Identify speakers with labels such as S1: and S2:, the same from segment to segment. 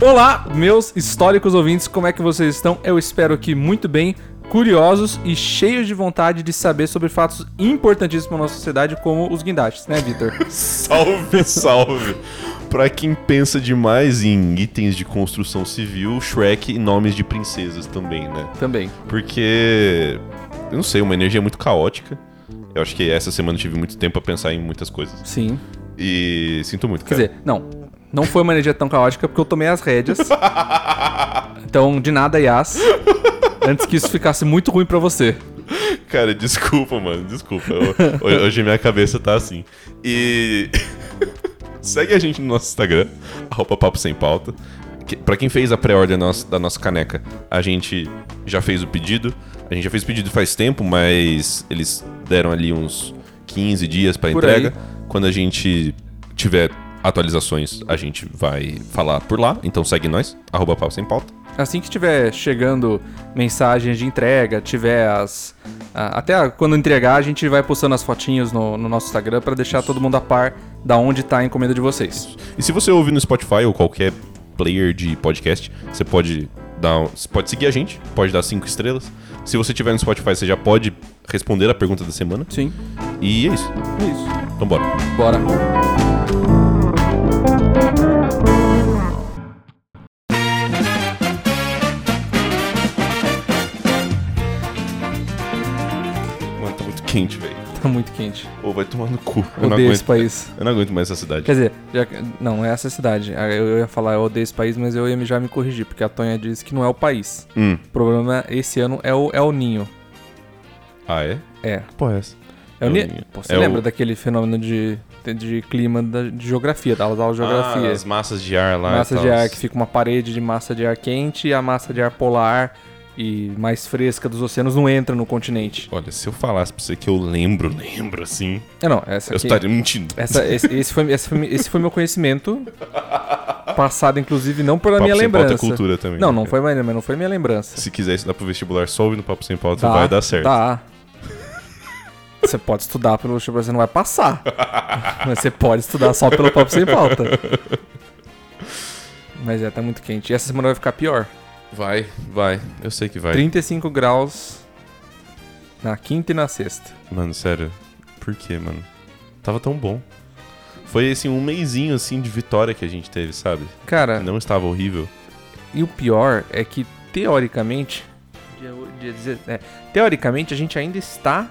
S1: Olá, meus históricos ouvintes, como é que vocês estão? Eu espero que muito bem, curiosos e cheios de vontade de saber sobre fatos importantíssimos para nossa sociedade, como os guindastes, né, Vitor?
S2: Salve, salve! Pra quem pensa demais em itens de construção civil, Shrek e nomes de princesas também, né?
S1: Também.
S2: Porque, eu não sei, uma energia muito caótica. Eu acho que essa semana eu tive muito tempo pra pensar em muitas coisas.
S1: Sim.
S2: E sinto muito,
S1: Quer
S2: cara.
S1: dizer, não. Não foi uma energia tão caótica porque eu tomei as rédeas. Então, de nada, Yas. Antes que isso ficasse muito ruim pra você.
S2: Cara, desculpa, mano, desculpa. Eu- ho- hoje minha cabeça tá assim. E. Segue a gente no nosso Instagram, arroba papo sem pauta. Que, pra quem fez a pré-ordem nossa- da nossa caneca, a gente já fez o pedido. A gente já fez o pedido faz tempo, mas eles deram ali uns 15 dias pra
S1: Por
S2: entrega.
S1: aí.
S2: Quando a gente tiver atualizações, a gente vai falar por lá. Então segue nós, arroba papo sem pauta.
S1: Assim que tiver chegando mensagens de entrega, tiver as. a- até a- quando entregar, a gente vai postando as fotinhas no, no nosso Instagram pra deixar todo mundo a par da onde tá a encomenda de vocês.
S2: E se você ouvir no Spotify ou qualquer player de podcast, você pode dar, um, você pode seguir a gente, pode dar cinco estrelas. Se você tiver no Spotify, você já pode responder a pergunta da semana.
S1: Sim,
S2: E é isso.
S1: é isso.
S2: Então bora.
S1: Bora.
S2: Mano, tá muito quente, velho.
S1: Tá muito quente.
S2: Ou vai tomar no cu. Eu não
S1: Odeio esse
S2: aguento.
S1: país.
S2: Eu não aguento mais essa cidade.
S1: Quer dizer, já que- não, não é essa cidade. Ah, Eu eu ia falar, eu odeio esse país, mas eu ia me- já me corrigir, porque a Tonha disse que não é o país.
S2: Hum.
S1: O problema esse ano é o, é o ninho.
S2: Ah, é?
S1: É.
S2: Que porra é essa?
S1: É o,
S2: É o
S1: Ni-
S2: Ninho.
S1: Pô, você
S2: É
S1: lembra
S2: o-
S1: daquele fenômeno de, de clima da, de geografia, da aula de
S2: Ah,
S1: geografia?
S2: as massas de ar lá. e
S1: massa
S2: tal.
S1: de ar que fica uma parede de massa de ar quente e a massa de ar polar e mais fresca dos oceanos não entra no continente.
S2: Olha, se eu falasse pra você que eu lembro, lembro assim,
S1: É, não, essa
S2: eu
S1: aqui. É
S2: estaria mentindo.
S1: Essa, esse, esse foi, esse, foi, esse foi meu conhecimento. Passado, inclusive, não pela
S2: Papo
S1: minha
S2: sem pauta é
S1: lembrança.
S2: cultura também.
S1: Não,
S2: né,
S1: não
S2: cara?
S1: foi, minha- mas não foi minha lembrança.
S2: Se quiser estudar pro vestibular, só ouve no Papo Sem Pauta,
S1: Tá,
S2: vai dar certo.
S1: Tá. Você pode estudar pelo vestibular, você não vai passar. Mas você pode estudar só pelo papo sem pauta. Mas é, tá muito quente. E essa semana vai ficar pior.
S2: Vai, vai. Eu sei que vai.
S1: 35 graus na quinta e na sexta.
S2: Mano, sério. Por que, mano? Tava tão bom. Foi assim, um mêsinho assim de vitória que a gente teve, sabe?
S1: Cara,
S2: Não estava horrível.
S1: e o pior é que, teoricamente. dia o- dia deze- é, teoricamente, a gente ainda está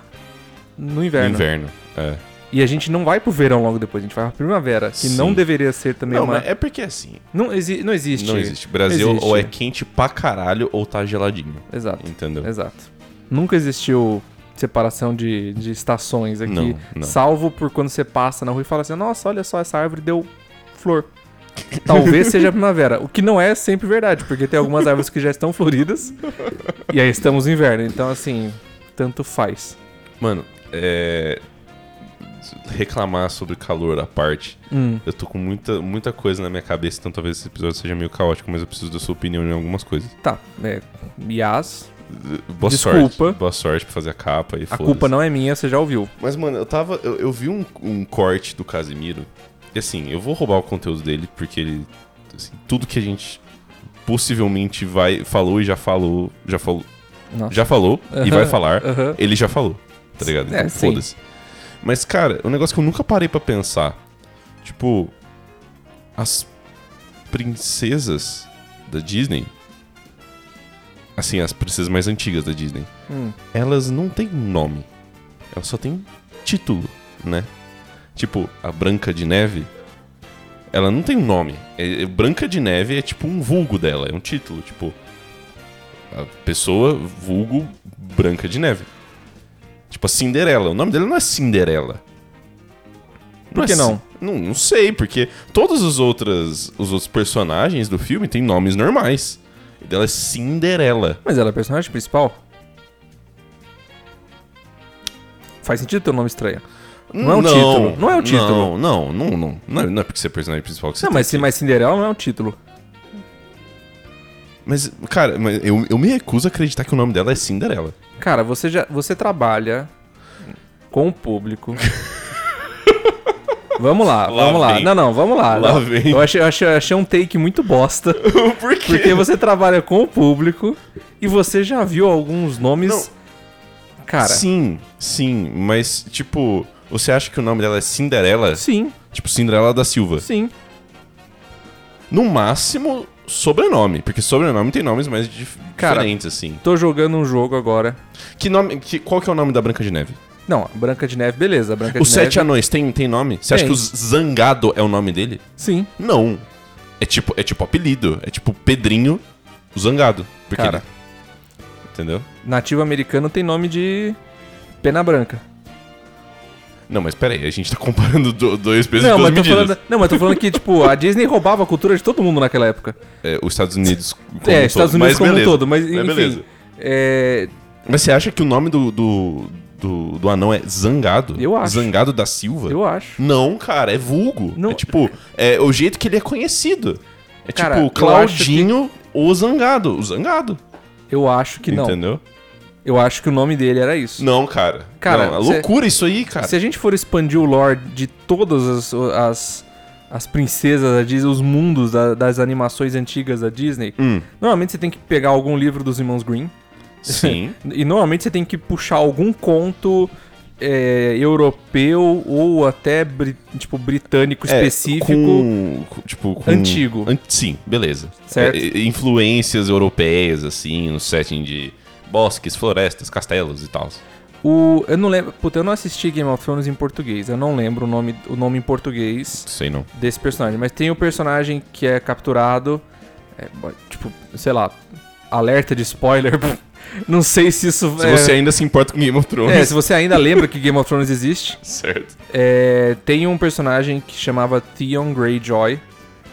S1: no inverno.
S2: Inverno. É.
S1: E a gente não vai pro verão logo depois, a gente vai pra primavera, que
S2: Sim.
S1: não deveria ser também
S2: Não,
S1: uma.
S2: mas é porque assim.
S1: Não, exi- não existe.
S2: Não existe. Brasil
S1: Existe.
S2: ou é quente pra caralho ou tá geladinho.
S1: Exato.
S2: Entendeu?
S1: Exato. Nunca existiu separação de, de estações aqui,
S2: Não, não.
S1: salvo por quando você passa na rua e fala assim: nossa, olha só, essa árvore deu flor. Talvez seja primavera, o que não é sempre verdade, porque tem algumas árvores que já estão floridas e aí estamos no inverno, então assim, tanto faz.
S2: Mano, é. Reclamar sobre calor à parte.
S1: Hum,
S2: Eu tô com muita, muita coisa na minha cabeça, então talvez esse episódio seja meio caótico, mas eu preciso da sua opinião em algumas coisas.
S1: tá, é, Yas,
S2: Boa
S1: Desculpa.
S2: sorte. Boa sorte pra fazer a capa e
S1: a culpa
S2: foda-se.
S1: não é minha, você já ouviu.
S2: Mas, mano, eu tava. Eu, eu vi um, um corte do Casimiro. E assim, eu vou roubar o conteúdo dele, porque ele. assim, tudo que a gente possivelmente vai. Falou e já falou. Já falou.
S1: Nossa.
S2: Já falou e vai
S1: Aham,
S2: falar.
S1: aham.
S2: Ele já falou. Tá ligado?
S1: É,
S2: Então,
S1: sim.
S2: foda-se. Mas, cara, um negócio que eu nunca parei pra pensar. Tipo. As princesas da Disney. Assim, as princesas mais antigas da Disney
S1: Hum,
S2: elas não têm nome. Elas só têm título, né? Tipo, a Branca de Neve, ela não tem um nome. É- é- Branca de Neve é tipo um vulgo dela, é um título, tipo a pessoa vulgo Branca de Neve. Tipo a Cinderela, o nome dela não é Cinderela.
S1: Por que
S2: Ci-
S1: não?
S2: não? Não sei, porque todos os outros, os outros personagens do filme têm nomes normais. E dela é Cinderela.
S1: Mas ela é a personagem principal? Faz sentido ter um nome estranho. Não é um título, não é um título.
S2: Não, não, não, tá não. Não é, não é porque você é personagem principal que você
S1: Não, um
S2: tem
S1: mas,
S2: que-
S1: mas Cinderela não é um título.
S2: Mas, cara, mas eu, eu me recuso a acreditar que o nome dela é Cinderela.
S1: Cara, você já você trabalha com o público. Vamos lá,
S2: Lá
S1: vamos lá.
S2: vem.
S1: Não, não, vamos lá.
S2: Lá
S1: Não.
S2: vem.
S1: Eu achei, eu achei, eu achei um take muito bosta.
S2: Por quê?
S1: Porque você trabalha com o público e você já viu alguns nomes. Cara, sim.
S2: Sim, sim, mas, tipo, você acha que o nome dela é Cinderela?
S1: sim,
S2: Tipo, Cinderela da Silva. No máximo, sobrenome. Porque sobrenome tem nomes mais dif-
S1: Cara.
S2: diferentes, assim.
S1: Tô jogando um jogo agora.
S2: Que nome, que, qual que é o nome da Branca de Neve?
S1: Não, a Branca de Neve, beleza. a Branca
S2: Os
S1: de Neve.
S2: Sete Anões tem, tem nome? Você acha
S1: Tem.
S2: que o Zangado é o nome dele?
S1: Sim.
S2: Não. É tipo, é tipo apelido. É tipo Pedrinho o Zangado. Porque
S1: Cara.
S2: ele- Entendeu?
S1: Nativo americano tem nome de. Pena Branca.
S2: Não, mas peraí, a gente tá comparando do- dois pesos e
S1: Não
S2: duas
S1: mas, tô
S2: medidas.
S1: falando, não, mas tô falando que, tipo, a Disney roubava a cultura de todo mundo naquela época.
S2: É, os Estados Unidos como
S1: é, Estados Unidos
S2: mas
S1: como
S2: beleza.
S1: um todo, mas enfim.
S2: beleza.
S1: é,
S2: Mas você acha que o nome do, do, do, do anão é Zangado?
S1: Eu acho.
S2: Zangado da Silva?
S1: eu acho.
S2: Não, cara, é vulgo.
S1: Não-
S2: É tipo, é o jeito que ele é conhecido. É
S1: Cara, eu
S2: tipo,
S1: acho
S2: Claudinho ou Zangado. O Zangado.
S1: Eu acho que não.
S2: Entendeu?
S1: Eu acho que o nome dele era isso.
S2: Não, cara.
S1: Cara,
S2: não, é
S1: cê-
S2: loucura isso aí, cara.
S1: Se a gente for expandir o lore de todas as, as, as princesas da Disney, os mundos da- das animações antigas da Disney,
S2: Hum,
S1: normalmente você tem que pegar algum livro dos irmãos Green.
S2: sim.
S1: E normalmente você tem que puxar algum conto é, europeu ou até bri- tipo, britânico
S2: É,
S1: específico.
S2: com- com- tipo, com-
S1: Antigo.
S2: An- sim, beleza.
S1: Certo.
S2: É, é, influências europeias, assim, no setting de bosques, florestas, castelos e tal.
S1: O, eu não lembro. Puta, eu não assisti Game of Thrones em português. Eu não lembro o nome, o nome em português
S2: Sei não.
S1: desse personagem. Mas tem o personagem que é capturado. é, bo- tipo, sei lá. Alerta de spoiler. não sei se isso.
S2: Se
S1: é,
S2: você ainda se importa com Game of Thrones.
S1: é, se você ainda lembra que Game of Thrones existe.
S2: Certo.
S1: É, tem um personagem que chamava Theon Greyjoy.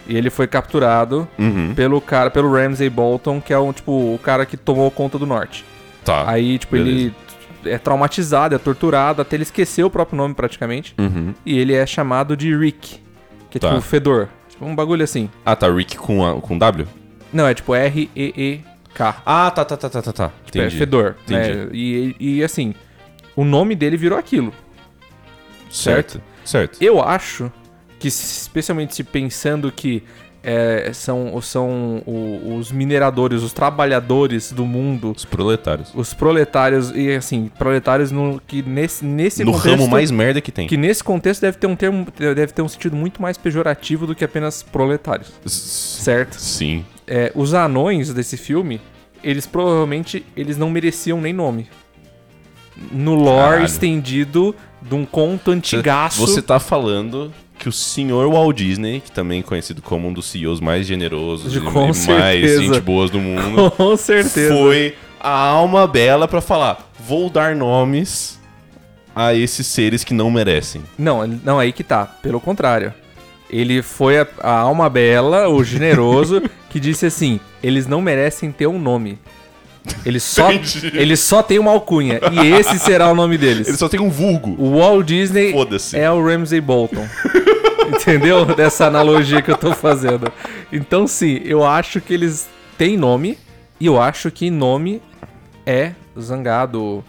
S1: E ele foi capturado
S2: Uhum.
S1: pelo cara, pelo Ramsay Bolton, que é um, tipo, o cara que tomou conta do norte.
S2: Tá.
S1: Aí, tipo, ele é traumatizado, é torturado, até ele esquecer o próprio nome praticamente.
S2: Uhum.
S1: E ele é chamado de Rick, que é
S2: Tá.
S1: tipo fedor. Tipo, um bagulho assim.
S2: Ah, tá. Rick com, a, com W?
S1: Não, é tipo R-E-E-K.
S2: Ah, tá, tá, tá, tá, tá. tá.
S1: Tipo, é fedor. né? E, e assim, o nome dele virou aquilo.
S2: Certo. Certo.
S1: Eu acho que, se- especialmente se pensando que é, são, são o- os mineradores, os trabalhadores do mundo,
S2: Os proletários.
S1: os proletários, e assim, proletários no, que nesse, nesse
S2: no ramo
S1: contexto-
S2: mais merda que tem.
S1: Que nesse contexto deve ter um termo, deve ter um sentido muito mais pejorativo do que apenas proletários,
S2: S-
S1: certo?
S2: Sim.
S1: É, os anões desse filme, eles provavelmente eles não mereciam nem nome. No lore
S2: Caralho.
S1: estendido de um conto antigaço.
S2: Você tá falando que o senhor Walt Disney, que também é conhecido como um dos CEOs mais generosos
S1: De-
S2: e,
S1: com
S2: e mais
S1: certeza.
S2: gente boas do mundo,
S1: Com certeza.
S2: foi a alma bela pra falar: vou dar nomes a esses seres que não merecem.
S1: Não, não, aí que tá. Pelo contrário. Ele foi a, a alma bela, o generoso, que disse assim: eles não merecem ter um nome. Eles só,
S2: Entendi.
S1: eles só têm uma alcunha. E esse será o nome deles.
S2: Ele só tem um vulgo.
S1: O Walt Disney
S2: Foda-se.
S1: é o Ramsay Bolton. Entendeu? Dessa analogia que eu tô fazendo. Então, sim, eu acho que eles têm nome. E eu acho que nome é zangado,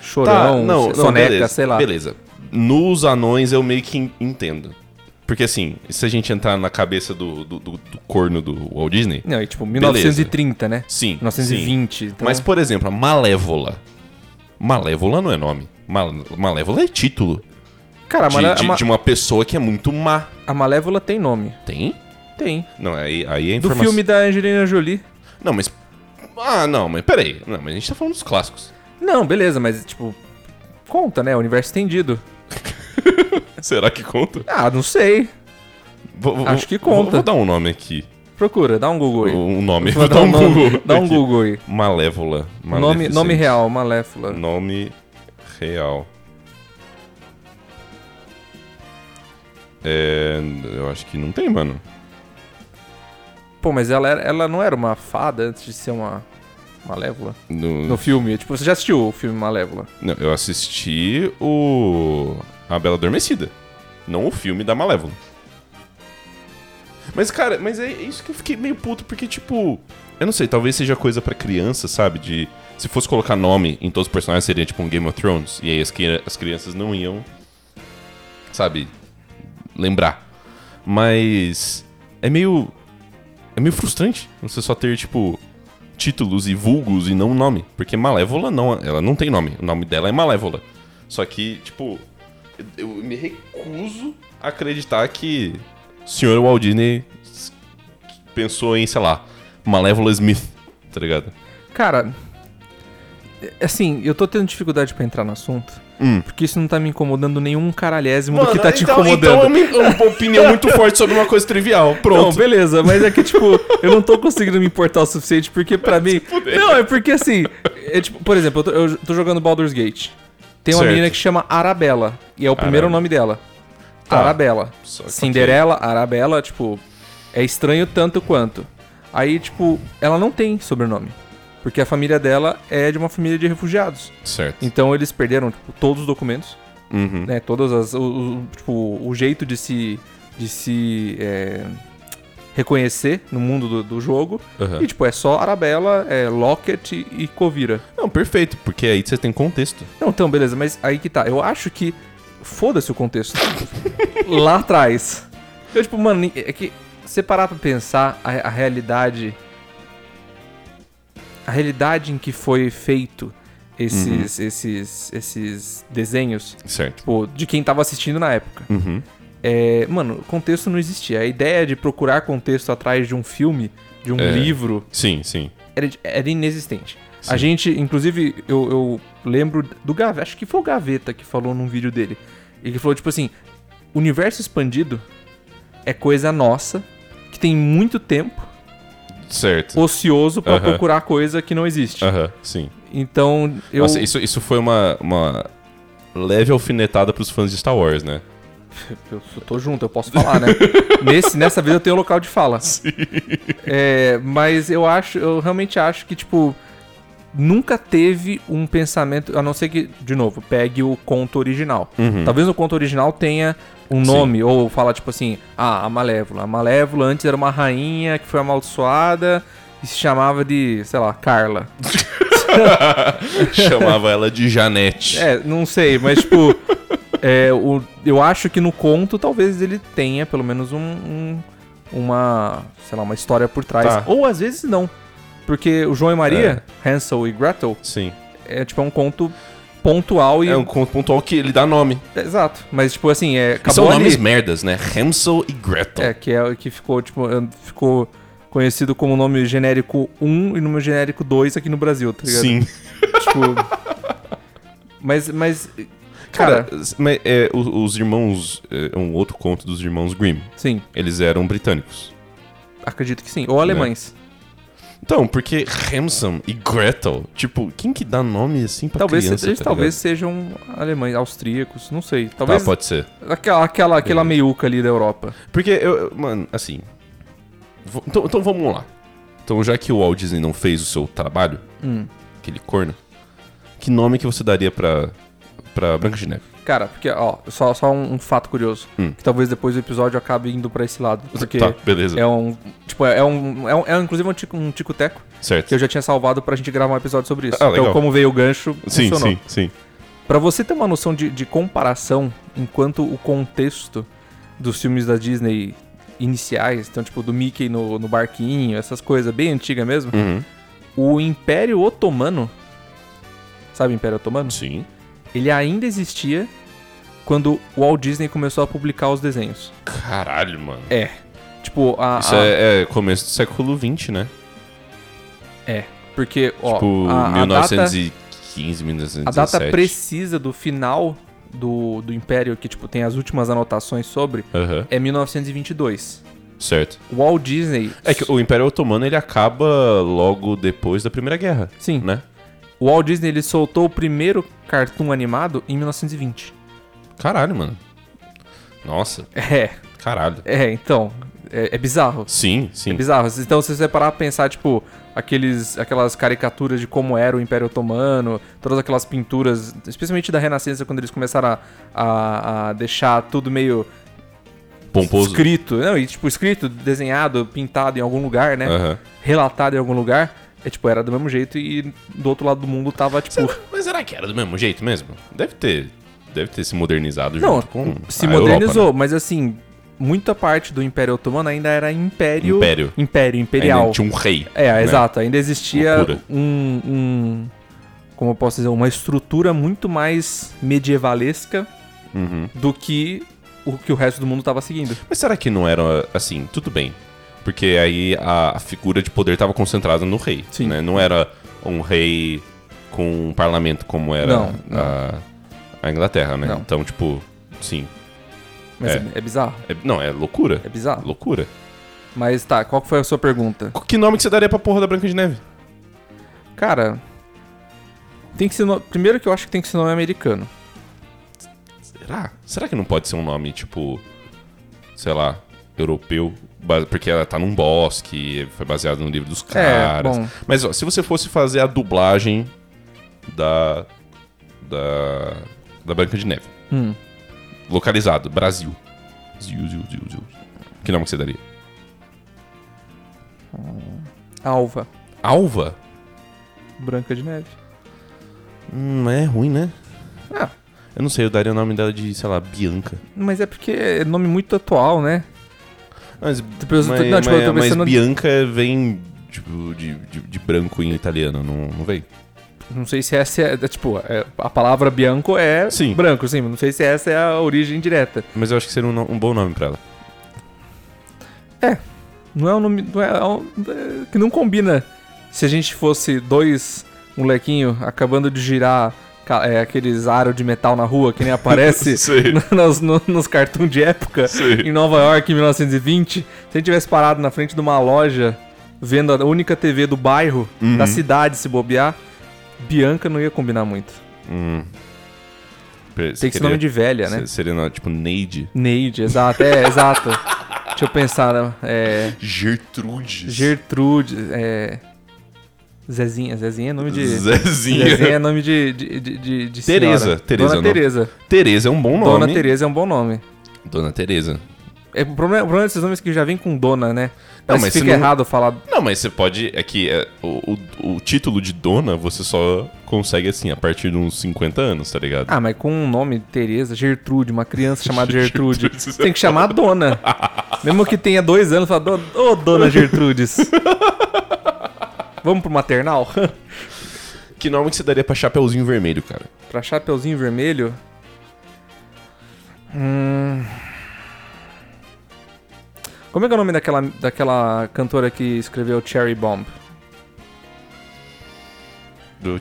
S1: chorão, soneca,
S2: Tá, beleza,
S1: sei lá.
S2: Beleza. Nos anões eu meio que en- entendo. Porque assim, se a gente entrar na cabeça do, do, do- do corno do Walt Disney.
S1: Não, e tipo, 1930, né?
S2: Sim.
S1: 1920.
S2: sim.
S1: então-
S2: Tá. Mas, por exemplo, a Malévola. Malévola não é nome. Mal- Malévola é título.
S1: cara, a,
S2: De,
S1: Malé-
S2: de-
S1: a Ma-
S2: de uma pessoa que é muito má.
S1: a Malévola tem nome.
S2: Tem?
S1: Tem.
S2: Não, aí, aí é
S1: Do
S2: informação.
S1: filme da Angelina Jolie.
S2: Não, mas. Ah, não, mas peraí. Não, mas a gente tá falando dos clássicos.
S1: Não, beleza, mas tipo, conta, né? Universo estendido.
S2: Será que conta?
S1: Ah, não sei.
S2: Vou- vou-
S1: Acho que
S2: vou-
S1: conta.
S2: Vou dar um nome aqui.
S1: Procura, dá um Google aí.
S2: Um nome.
S1: Vou dar um Google. Dá um
S2: aqui.
S1: Google aí.
S2: Malévola.
S1: Nome,
S2: Maleficente.
S1: nome real, Maléfula.
S2: Nome real. É. Eu acho que não tem, mano.
S1: Pô, mas ela, era- ela não era uma fada antes de ser uma Malévola?
S2: No-
S1: No filme, tipo, você já assistiu o filme Malévola?
S2: Não, eu assisti o. A Bela Adormecida. Não o filme da Malévola. Mas, cara, mas é isso que eu fiquei meio puto, porque, tipo. Eu não sei, talvez seja coisa pra criança, sabe? De. Se fosse colocar nome em todos os personagens, seria tipo um Game of Thrones. E aí as, cri- as crianças não iam. Sabe? Lembrar. Mas. É meio. É meio frustrante você só ter, tipo. Títulos e vulgos e não um nome. Porque Malévola não. Ela não tem nome. O nome dela é Malévola. Só que, tipo. eu- Eu me recuso a acreditar que o senhor Walt Disney s- pensou em, sei lá, Malévola Smith, tá ligado?
S1: Cara, é- assim, eu tô tendo dificuldade pra entrar no assunto.
S2: Hum.
S1: Porque isso não tá me incomodando nenhum caralhésimo do que tá te
S2: então,
S1: incomodando.
S2: Então é uma, uma opinião muito forte sobre uma coisa trivial.
S1: Não,
S2: Pronto.
S1: beleza, mas é que, tipo, eu não tô conseguindo me importar o suficiente porque pra mim.
S2: fuder.
S1: Não, é porque assim. É tipo, por exemplo, eu tô, eu tô jogando Baldur's Gate. Tem uma
S2: Certo.
S1: menina que chama Arabella. E é o primeiro
S2: Arabella.
S1: nome dela.
S2: Tá.
S1: Arabella.
S2: Só que-
S1: Cinderela, Arabella, tipo. É estranho tanto quanto. Aí, tipo, ela não tem sobrenome. Porque a família dela é de uma família de refugiados.
S2: tá Certo.
S1: Então eles perderam tipo, todos os documentos,
S2: Uhum.
S1: né? Todas as. O, o- tipo, o jeito de se. de se. é, reconhecer no mundo do, do jogo.
S2: Aham.
S1: E tipo, é só Arabella, é, Locket e Covira.
S2: Não, perfeito, porque aí você tem contexto.
S1: Não, então, beleza, mas aí que tá. Eu acho que. Foda-se o contexto. Lá atrás. Eu, tipo, mano, ni- é que. Você parar pra pensar a, a realidade. A realidade em que foi feito esses, esses, esses desenhos.
S2: Certo.
S1: Tipo, de quem tava assistindo na época.
S2: Uhum.
S1: É, mano, contexto não existia. A ideia de procurar contexto atrás de um filme, de um
S2: É.
S1: livro,
S2: Sim, sim.
S1: era, era inexistente. A
S2: Sim.
S1: gente, inclusive, eu, eu lembro do Gaveta, acho que foi o Gaveta que falou num vídeo dele. E que falou, tipo assim, universo expandido é coisa nossa, que tem muito tempo
S2: Certo.
S1: ocioso pra
S2: Aham.
S1: procurar coisa que não existe.
S2: Aham, sim.
S1: Então, eu...
S2: Nossa, isso, isso foi uma, uma leve alfinetada pros fãs de Star Wars, né?
S1: Tipo, Eu sou- tô junto, eu posso falar, né? Nesse, nessa vez eu tenho local de fala. Sim. mas eu acho, eu realmente acho que, tipo, nunca teve um pensamento, a não ser que, de novo, pegue o conto original. Talvez no conto original tenha um nome, ou fala, tipo assim, ah, a Malévola. A Malévola antes era uma rainha que foi amaldiçoada e se chamava de, sei lá, Carla.
S2: Chamava ela de Janete.
S1: É, não sei, mas tipo. é, o- eu acho que no conto talvez ele tenha pelo menos um, um- uma. sei lá, uma história por trás.
S2: Tá. É.
S1: Ou às vezes não. Porque o João e Maria, Hansel e Gretel,
S2: Sim.
S1: é tipo é um conto pontual e.
S2: É um conto pontual que ele dá nome.
S1: Exato. Mas, tipo assim, é.
S2: E São
S1: ali.
S2: nomes merdas, né? Hansel e Gretel.
S1: É, que é o que ficou, tipo, eh, ficou conhecido como nome genérico 1 e nome genérico 2 aqui no Brasil, tá ligado?
S2: Sim.
S1: Tipo. mas, mas.
S2: Cara,
S1: Cara,
S2: s- mas, é, os, os irmãos. É um outro conto dos irmãos Grimm.
S1: sim,
S2: Eles eram britânicos.
S1: acredito que sim. Ou alemães.
S2: Então, porque Hansel e Gretel, tipo, quem que dá nome assim pra
S1: Talvez,
S2: criança?
S1: eles
S2: tá
S1: talvez
S2: ligado?
S1: sejam alemães, austríacos, não sei. Talvez
S2: Tá, pode ser.
S1: aquela, aquela, aquela meiuca ali da Europa.
S2: Porque eu. eu- Mano, assim. vo- Então, então vamos lá. Então, já que o Walt Disney não fez o seu trabalho,
S1: Hum.
S2: aquele corno, que nome que você daria pra. pra Branca de Neve?
S1: Cara, porque, ó, só, só um, um fato curioso.
S2: Hum.
S1: Que talvez depois o episódio acabe indo pra esse lado. Porque
S2: Tá, beleza.
S1: é um. Tipo, é um. É, um, é um- inclusive um tico- um tico-teco
S2: Certo.
S1: que eu já tinha salvado pra gente gravar um episódio sobre isso.
S2: Ah,
S1: então,
S2: legal.
S1: como veio o gancho,
S2: Sim,
S1: funcionou.
S2: sim, sim.
S1: Pra você ter uma noção de, de comparação, enquanto o contexto dos filmes da Disney iniciais, então tipo do Mickey no, no barquinho, essas coisas bem antigas mesmo,
S2: Uhum.
S1: o Império Otomano, sabe o Império Otomano?
S2: Sim.
S1: Ele ainda existia quando o Walt Disney começou a publicar os desenhos.
S2: Caralho, mano.
S1: É. Tipo, a...
S2: Isso
S1: a-
S2: é, é começo do século XX, né?
S1: é, Porque, ó,
S2: tipo,
S1: a, a data...
S2: 1915, 1917.
S1: A data precisa do final do, do Império, que tipo tem as últimas anotações sobre,
S2: Aham,
S1: é 1922.
S2: certo.
S1: O Walt Disney.
S2: É que o Império Otomano ele acaba logo depois da Primeira Guerra,
S1: Sim.
S2: né?
S1: O Walt Disney ele soltou o primeiro cartoon animado em 1920.
S2: Caralho, mano. Nossa,
S1: É,
S2: caralho.
S1: é, então. É, é bizarro.
S2: Sim,
S1: É
S2: sim.
S1: bizarro. Então, se você parar pra pensar, tipo, aqueles, aquelas caricaturas de como era o Império Otomano, todas aquelas pinturas, especialmente da Renascença, quando eles começaram a, a, a deixar tudo meio
S2: Pomposo.
S1: escrito. Não, e tipo, escrito, desenhado, pintado em algum lugar, né?
S2: Aham.
S1: Relatado em algum lugar. É tipo, era do mesmo jeito e do outro lado do mundo tava, tipo.
S2: Será- Mas será que era do mesmo jeito mesmo? Deve ter. Deve ter se modernizado
S1: Não,
S2: junto com.
S1: se
S2: a
S1: modernizou,
S2: Europa, né?
S1: mas assim, muita parte do Império Otomano ainda era império.
S2: Império.
S1: Império,
S2: né? Ainda
S1: imperial.
S2: tinha um rei.
S1: É,
S2: né?
S1: exato. Ainda existia
S2: Loucura.
S1: um, um- Como eu posso dizer? Uma estrutura muito mais medievalesca
S2: Uhum.
S1: do que o que o resto do mundo tava seguindo.
S2: Mas será que não era assim? Tudo bem. Porque aí a, a figura de poder estava concentrada no rei.
S1: Sim.
S2: né? Não era um rei com um parlamento como era
S1: Não, não.
S2: A, a Inglaterra, né?
S1: Não.
S2: Então, tipo, sim.
S1: Mas
S2: É.
S1: é, é bizarro.
S2: É- não, é loucura.
S1: É bizarro.
S2: Loucura.
S1: Mas tá, qual que foi a sua pergunta?
S2: Que nome que você daria pra porra da Branca de Neve?
S1: Cara. Tem que ser. no- Primeiro que eu acho que tem que ser nome americano.
S2: Será? Será que não pode ser um nome, tipo, sei lá, europeu? Ba- Porque ela tá num bosque, foi baseado no livro dos caras.
S1: É, bom.
S2: Mas ó, se você fosse fazer a dublagem da. Da. Da Branca de Neve.
S1: Hum.
S2: Localizado, Brasil. Ziu, ziu, ziu, ziu. Que nome que você daria?
S1: Alva.
S2: Alva?
S1: Branca de Neve.
S2: Hum, é ruim, né?
S1: Ah,
S2: Eu não sei, eu daria o nome dela de, sei lá, Bianca.
S1: mas é porque é nome muito atual, né?
S2: Mas,
S1: pensa-
S2: mas-
S1: não, tipo, eu tô
S2: mas- mas
S1: pensando-
S2: Bianca vem tipo, de, de- de branco em italiano, não, não vem?
S1: Não sei se essa é. é, Tipo, é- a palavra bianco é
S2: Sim.
S1: branco, sim. mas Não sei se essa é a origem direta.
S2: Mas eu acho que seria um, no- um bom nome pra ela.
S1: Não é um nome. Não é, é um- é que não combina. Se a gente fosse dois molequinho acabando de girar ca- é, aqueles aros de metal na rua que nem aparece
S2: Sei.
S1: nos, no- nos cartoons de época
S2: Sei.
S1: em Nova York em 1920, se a gente tivesse parado na frente de uma loja vendo a única TV do bairro, da cidade se bobear, Bianca não ia combinar muito.
S2: Hum. Tem
S1: Tem que ser nome de velha, né?
S2: Seria no- tipo Neide.
S1: Neide, exato, é, exato. Deixa eu pensar, né? é,
S2: Gertrudes.
S1: Gertrude, é, Zezinha, Zezinha é nome de... Zezinha
S2: Zezinha.
S1: é nome de, de, de, de- de
S2: Tereza,
S1: senhora.
S2: Tereza,
S1: Dona
S2: não.
S1: Tereza.
S2: Tereza é um bom nome.
S1: Dona Tereza é um bom nome.
S2: Dona Tereza.
S1: É, o, problema, o problema desses nomes é que já vem com dona, né? Não,
S2: mas
S1: mas
S2: se
S1: fica
S2: não-
S1: errado falar...
S2: Não, mas você pode. É que é, o, o- o título de dona você só consegue assim a partir de uns 50 anos, tá ligado?
S1: Ah, mas com um nome, Tereza, Gertrude, uma criança chamada Gertrude,
S2: Gertrudes,
S1: você tem que chamar a dona. Mesmo que tenha dois anos, fala, "Dona- ô dona Gertrudes. Vamos pro maternal? Ah.
S2: Que nome que você daria pra Chapeuzinho Vermelho, cara?
S1: Pra Chapeuzinho Vermelho. Hum. Como é que é o nome daquela, daquela cantora que escreveu Cherry Bomb?
S2: Do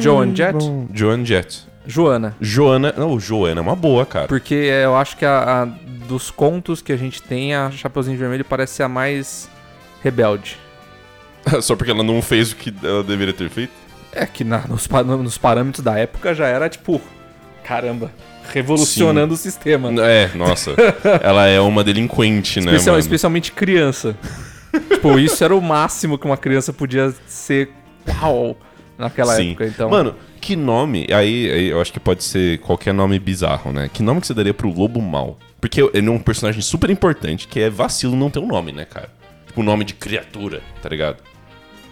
S1: Joan Jett?
S2: Joan Jett.
S1: Joana.
S2: Joana. Não, Joana é uma boa, cara.
S1: Porque é, eu acho que a, a- dos contos que a gente tem, a Chapeuzinho Vermelho parece ser a mais rebelde.
S2: Só porque ela não fez o que ela deveria ter feito.
S1: É que na- nos, pa- nos parâmetros da época já era tipo, caramba, revolucionando o sistema. né?
S2: É, nossa. ela é uma delinquente, né?
S1: Especial-
S2: mano?
S1: especialmente criança. tipo, isso era o máximo que uma criança podia ser uau, naquela
S2: Sim.
S1: época. Então,
S2: Mano, que nome? Aí, aí eu acho que pode ser qualquer nome bizarro, né? Que nome que você daria pro Lobo Mal? Porque ele é um personagem super importante que é vacilo não ter um nome, né, cara? Tipo, nome de criatura, tá ligado?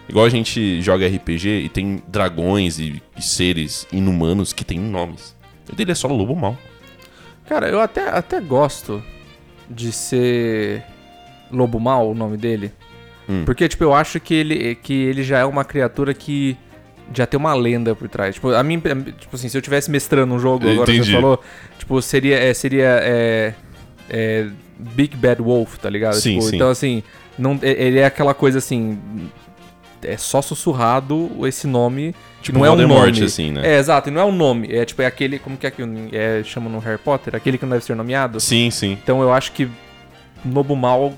S2: Igual a gente joga RPG e tem dragões e, e seres inumanos que têm nomes. O dele é só Lobo Mal.
S1: cara, eu até, até gosto de ser Lobo Mal, o nome dele.
S2: Hum.
S1: Porque, tipo, eu acho que ele, que ele já é uma criatura que já tem uma lenda por trás. Tipo, a mim, tipo assim, se eu tivesse mestrando um jogo, agora que
S2: Entendi.
S1: você falou, tipo, seria, é, seria é, é, Big Bad Wolf, tá ligado?
S2: Sim,
S1: Tipo,
S2: sim.
S1: Então, assim, não, é- ele é aquela coisa assim, é só sussurrado esse nome.
S2: Tipo
S1: não é um
S2: Voldemort,
S1: nome.
S2: assim, né?
S1: É, exato, e não é um nome. É tipo, é aquele, como que é que é, chama no Harry Potter? Aquele que não deve ser nomeado.
S2: Sim, sim.
S1: Então eu acho que Lobo Mal,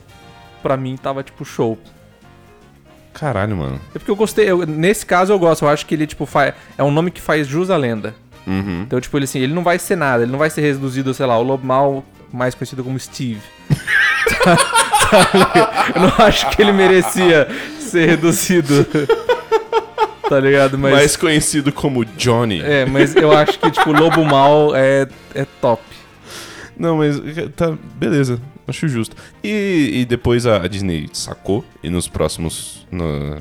S1: pra mim, tava tipo show.
S2: Caralho, mano.
S1: É porque eu gostei, eu- nesse caso eu gosto, eu acho que ele, tipo, fa- é um nome que faz jus à lenda.
S2: Uhum.
S1: Então, tipo, ele assim, ele não vai ser nada, ele não vai ser reduzido, sei lá, o Lobo Mal, mais conhecido como Steve. Sabe? Eu não acho que ele merecia ser reduzido. tá ligado? Mas.
S2: Mais conhecido como Johnny.
S1: É, mas eu acho que, tipo, Lobo Mal é, é top.
S2: Não, mas tá, beleza. Acho justo. E, e depois a, a Disney sacou e nos próximos. na-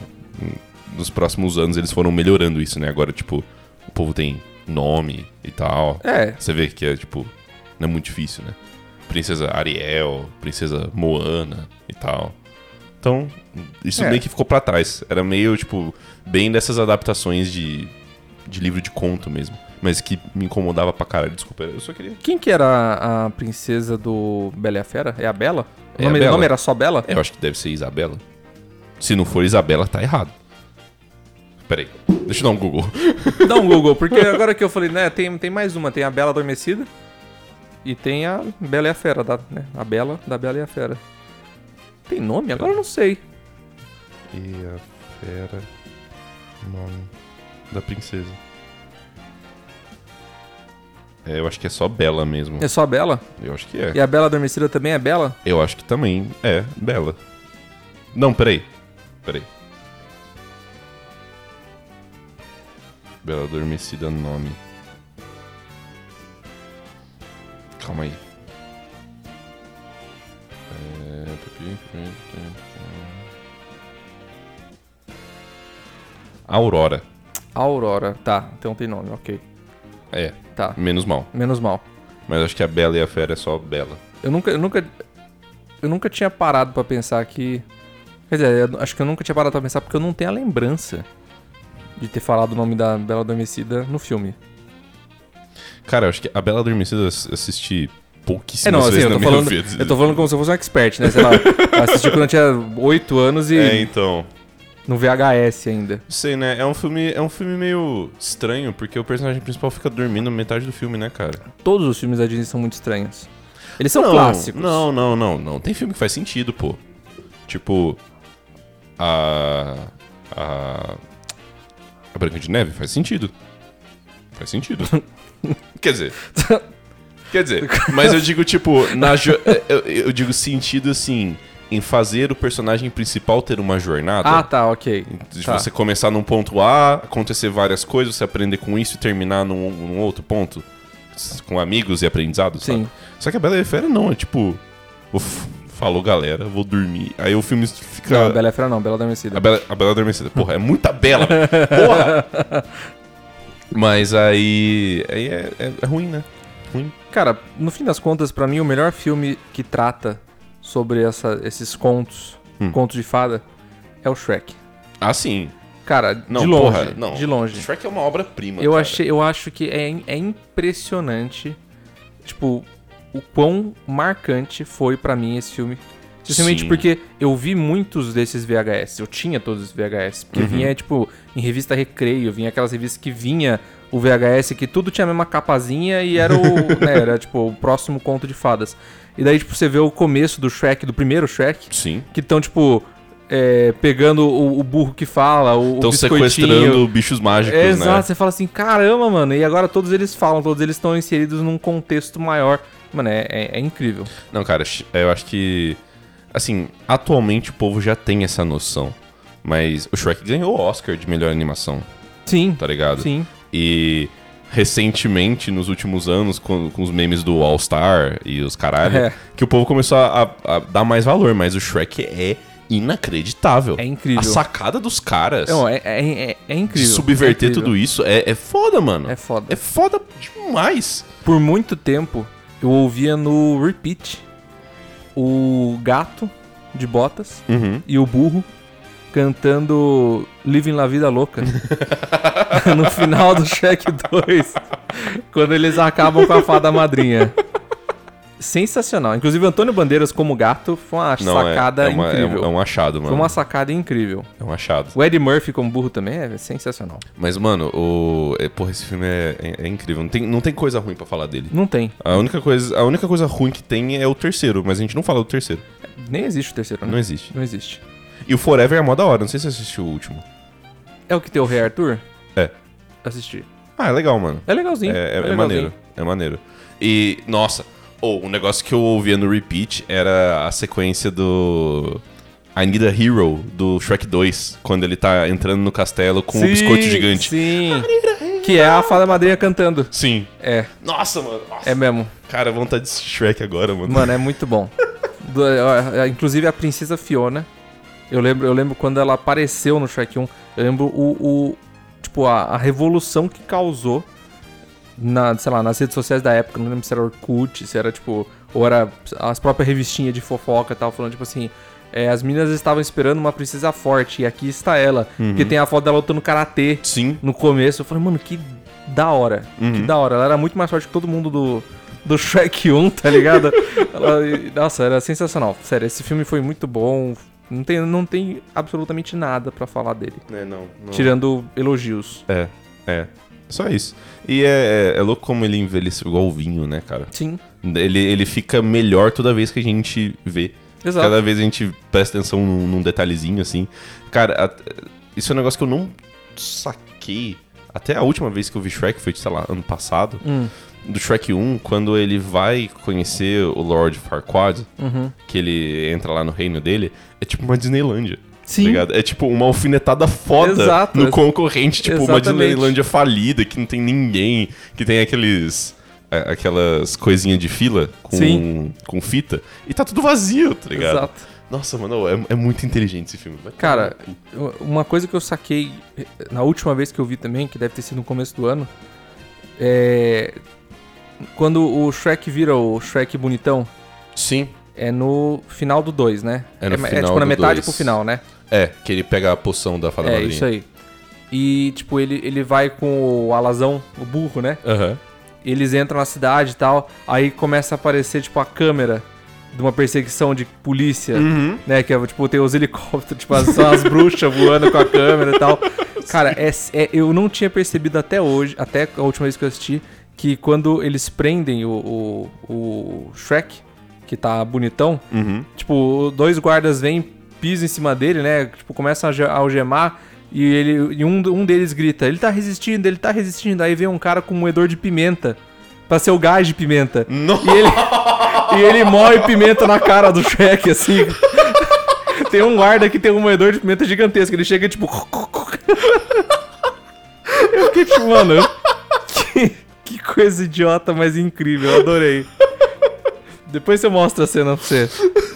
S2: nos próximos anos eles foram melhorando isso, né? Agora, tipo, o povo tem nome e tal.
S1: É,
S2: Você vê que é, tipo, não é muito difícil, né? Princesa Ariel, Princesa Moana e tal. Então, isso
S1: É.
S2: meio que ficou pra trás. Era meio, tipo, bem dessas adaptações de, de livro de conto mesmo. Mas que me incomodava pra caralho, desculpa. Eu só queria.
S1: quem que era a, a princesa do Bela e a Fera? É a Bela? O
S2: É a
S1: nome, o
S2: Bela.
S1: nome era só Bela?
S2: Eu acho que deve ser Isabela. Se não for Isabela, tá errado. Peraí, deixa eu dar um Google.
S1: Dá um Google, porque agora que eu falei, né, tem, tem mais uma, tem a Bela Adormecida e tem a Bela e a Fera, da, né? A Bela da Bela e a Fera. Tem nome? Agora eu não sei.
S2: E a fera. Nome da princesa. É, eu acho que é só Bela mesmo.
S1: É só a Bela?
S2: Eu acho que é.
S1: E a Bela Adormecida também é Bela?
S2: Eu acho que também é Bela. Não, peraí. Peraí. Bela Adormecida nome. Calma aí. É, pipi, pipi, pipi. Aurora.
S1: Aurora. Tá, então tem nome, ok.
S2: É,
S1: Tá,
S2: menos mal.
S1: menos mal.
S2: Mas acho que a Bela e a Fera é só Bela.
S1: Eu nunca, eu nunca, eu nunca tinha parado pra pensar que, quer dizer, eu acho que eu nunca tinha parado pra pensar porque eu não tenho a lembrança de ter falado o nome da Bela Adormecida no filme.
S2: Cara, eu acho que a Bela Adormecida eu assisti pouquíssimas vezes
S1: É, assim, eu tô,
S2: na minha
S1: falando,
S2: vida.
S1: eu tô falando como se eu fosse um expert, né? Sei lá, eu assisti quando eu tinha 8 anos e
S2: É, então.
S1: no VHS ainda.
S2: Não sei, né? É um filme, é um filme meio estranho, porque o personagem principal fica dormindo metade do filme, né, cara?
S1: Todos os filmes da Disney são muito estranhos. Eles são
S2: não,
S1: clássicos.
S2: Não, não, não, não. Tem filme que faz sentido, pô. Tipo. A. A. A Branca de Neve faz sentido. Faz sentido. Quer dizer. Quer dizer, mas eu digo, tipo, na jo- eu, eu digo sentido assim, em fazer o personagem principal ter uma jornada.
S1: Ah, tá, ok.
S2: De
S1: Tá.
S2: você começar num ponto A, acontecer várias coisas, você aprender com isso e terminar num, num outro ponto. S- Com amigos e aprendizados,
S1: Sim.
S2: sabe? Só que a Bela e a Fera não, é tipo... Uf, falou galera, vou dormir. Aí o filme fica...
S1: Não, Bela e a Fera não, Bela
S2: A
S1: Adormecida.
S2: Bela, a Bela Adormecida. Porra, é muita Bela. porra! Mas aí... Aí é, é- é ruim, né? Ruim.
S1: Cara, no fim das contas, pra mim, o melhor filme que trata sobre essa- esses contos,
S2: Hum.
S1: contos de fada, é o Shrek.
S2: Ah, sim.
S1: Cara,
S2: Não,
S1: de longe,
S2: porra, não.
S1: de longe.
S2: Shrek é uma obra-prima,
S1: Eu,
S2: cara.
S1: achei, eu acho que é, im- é impressionante, tipo, o quão marcante foi pra mim esse filme. Simplesmente
S2: Sim.
S1: porque eu vi muitos desses VHS, eu tinha todos os VHS,
S2: Uhum.
S1: porque vinha, tipo, em revista Recreio, vinha aquelas revistas que vinha o VHS, que tudo tinha a mesma capazinha e era o, né, era, tipo, o próximo conto de fadas. E daí, tipo, você vê o começo do Shrek, do primeiro Shrek,
S2: Sim.
S1: que estão, tipo, é, pegando o, o burro que fala, o,
S2: Estão
S1: o biscoitinho.
S2: sequestrando bichos mágicos,
S1: É,
S2: né?
S1: exato, você fala assim, caramba, mano, e agora todos eles falam, todos eles estão inseridos num contexto maior. Mano, é, é- é incrível.
S2: Não, cara, é, eu acho que. Assim, atualmente o povo já tem essa noção. Mas o Shrek ganhou o Oscar de melhor animação,
S1: Sim,
S2: tá ligado?
S1: sim.
S2: E recentemente, nos últimos anos, com, com os memes do All Star e os caralho,
S1: É.
S2: que o povo começou a, a dar mais valor. Mas o Shrek é inacreditável.
S1: É incrível.
S2: A sacada dos caras
S1: Não, é, é- é- é
S2: de
S1: incrível.
S2: subverter
S1: é incrível.
S2: tudo isso é, é foda, mano.
S1: É foda.
S2: É foda demais.
S1: Por muito tempo, eu ouvia no repeat o gato de botas
S2: Uhum.
S1: e o burro cantando Living La Vida Louca no final do Shrek 2, quando eles acabam com a fada madrinha. Sensacional. Inclusive, Antônio Bandeiras como gato foi uma sacada
S2: é, é, uma- é um-
S1: incrível.
S2: é um achado, mano.
S1: Foi uma sacada incrível.
S2: É um achado.
S1: O Eddie Murphy como burro também é sensacional.
S2: Mas, mano, o. é, porra, esse filme é, é- é incrível. Não tem, não tem coisa ruim pra falar dele.
S1: Não tem.
S2: A única, coisa, a única coisa ruim que tem é o terceiro, mas a gente não fala do terceiro.
S1: Nem existe o terceiro, né?
S2: Não existe.
S1: Não existe.
S2: E o Forever é mó da hora, não sei se você assistiu o último.
S1: É o que tem o Rei Arthur?
S2: É.
S1: Assisti.
S2: Ah, é legal, mano.
S1: É legalzinho.
S2: É, é- é
S1: legalzinho.
S2: maneiro. É maneiro. E, nossa, ou um negócio que eu ouvia no repeat era a sequência do. I Need a Hero do Shrek 2, quando ele tá entrando no castelo com o Um biscoito gigante.
S1: Sim. Que é a fada madrinha cantando.
S2: Sim.
S1: É,
S2: Nossa, mano. Nossa.
S1: é mesmo.
S2: Cara, vontade de Shrek agora, mano.
S1: Mano, é muito bom. do- ó, inclusive a princesa Fiona. Eu lembro, eu lembro quando ela apareceu no Shrek 1, eu lembro o, o- tipo a, a revolução que causou na, sei lá, nas redes sociais da época, não lembro se era Orkut, se era tipo, ou era as próprias revistinhas de fofoca e tal, falando tipo assim, é, as meninas estavam esperando uma princesa forte e aqui está ela, porque tem a foto dela lutando karatê
S2: Sim.
S1: no começo, eu falei, mano, que da hora. Que da hora. Ela era muito mais forte que todo mundo do, do Shrek 1, tá ligado? Ela- e- nossa, era sensacional. Sério, esse filme foi muito bom. Não tem, não tem absolutamente nada pra falar dele.
S2: É, não.
S1: Uhum.
S2: não.
S1: Tirando elogios.
S2: É, é. Só isso. E é, é- é louco como ele envelheceu igual o vinho, né, cara?
S1: Sim,
S2: Ele, ele fica melhor toda vez que a gente vê.
S1: exato.
S2: Cada vez a gente presta atenção num, num detalhezinho, assim. Cara, a- isso é um negócio que eu não saquei. Até a última vez que eu vi Shrek foi, sei lá, ano passado.
S1: Hum.
S2: Do Shrek 1, quando ele vai conhecer o Lord Farquaad,
S1: uhum.
S2: que ele entra lá no reino dele, é tipo uma Disneylândia.
S1: Sim.
S2: tá ligado? É tipo uma alfinetada foda
S1: Exato.
S2: no concorrente, tipo uma
S1: Exatamente.
S2: Disneylândia falida, que não tem ninguém, que tem aqueles. a- aquelas coisinhas de fila com,
S1: Sim.
S2: com fita, e tá tudo vazio, tá ligado?
S1: Exato.
S2: Nossa, mano, é, é muito inteligente esse filme. Vai
S1: Cara,
S2: tomar no cu.
S1: u- uma coisa que eu saquei eh, na última vez que eu vi também, que deve ter sido no começo do ano, é. Quando o Shrek vira o Shrek bonitão,
S2: Sim.
S1: É no final do 2, né?
S2: É no final
S1: tipo na
S2: do
S1: metade
S2: dois.
S1: pro final, né?
S2: É, que ele pega a poção da fada
S1: é
S2: madrinha.
S1: isso aí. E, tipo, ele, ele vai com o alazão, o burro, né?
S2: Aham.
S1: Eles entram na cidade e tal. Aí começa a aparecer, tipo, a câmera de uma perseguição de polícia, né? Que é, tipo, tem os helicópteros, tipo, as, são as bruxas voando com a câmera e tal. Cara, é, é- eu não tinha percebido até hoje, até a última vez que eu assisti, que quando eles prendem o, o, o Shrek, que tá bonitão,
S2: Uhum.
S1: Tipo, dois guardas vêm, pisam em cima dele, né? Tipo, começam a ge- a algemar e, ele, e um, um deles grita: ele tá resistindo, ele tá resistindo. Aí vem um cara com um moedor de pimenta pra ser o gás de pimenta.
S2: Nossa.
S1: E ele, e ele moe pimenta na cara do Shrek, assim. Tem um guarda que tem um moedor de pimenta gigantesco. Ele chega tipo. Eu fiquei tipo, mano. Que, que coisa idiota, mas incrível. Eu adorei. Depois eu mostro a cena pra você.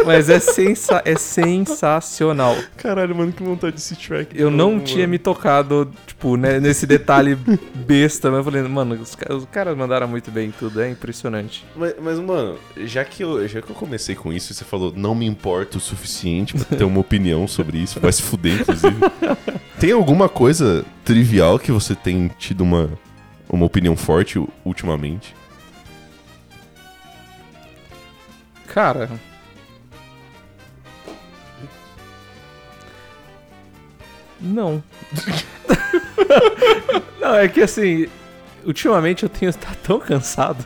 S1: Mas é, sensa é sensacional.
S2: Caralho, mano, que vontade desse Shrek.
S1: Eu não tinha me tocado, tipo, né, nesse detalhe besta. Mas eu falei, mano, os, ca- os caras mandaram muito bem em tudo. É impressionante.
S2: Mas, mas, mano, já que, eu, já que eu comecei com isso, você falou, não me importa o suficiente pra ter uma opinião sobre isso, vai se fuder, inclusive. tem alguma coisa trivial que você tem tido uma, uma opinião forte u- ultimamente?
S1: Cara. Não. Não, é que assim, ultimamente eu tenho tá tão cansado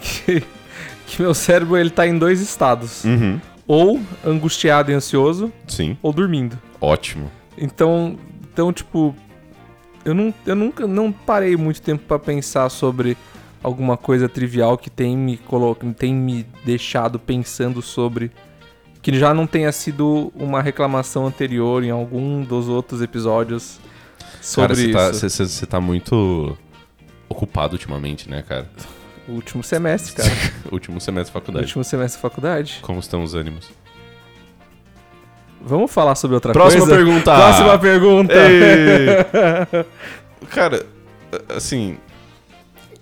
S1: que, que meu cérebro ele tá em dois estados,
S2: Uhum.
S1: ou angustiado e ansioso,
S2: Sim.
S1: ou dormindo.
S2: Ótimo.
S1: Então, então tipo, eu, não, eu nunca não parei muito tempo pra pensar sobre alguma coisa trivial que tem me colo... tem me deixado pensando sobre que já não tenha sido uma reclamação anterior em algum dos outros episódios
S2: Cara,
S1: sobre
S2: você tá,
S1: isso.
S2: você- você- você tá muito ocupado ultimamente, né, cara?
S1: O Último semestre, cara.
S2: Último semestre da faculdade.
S1: Último semestre da faculdade.
S2: Como estão os ânimos?
S1: Vamos falar sobre outra
S2: Próxima
S1: coisa?
S2: pergunta!
S1: Próxima pergunta.
S2: Ei! Cara, a- assim.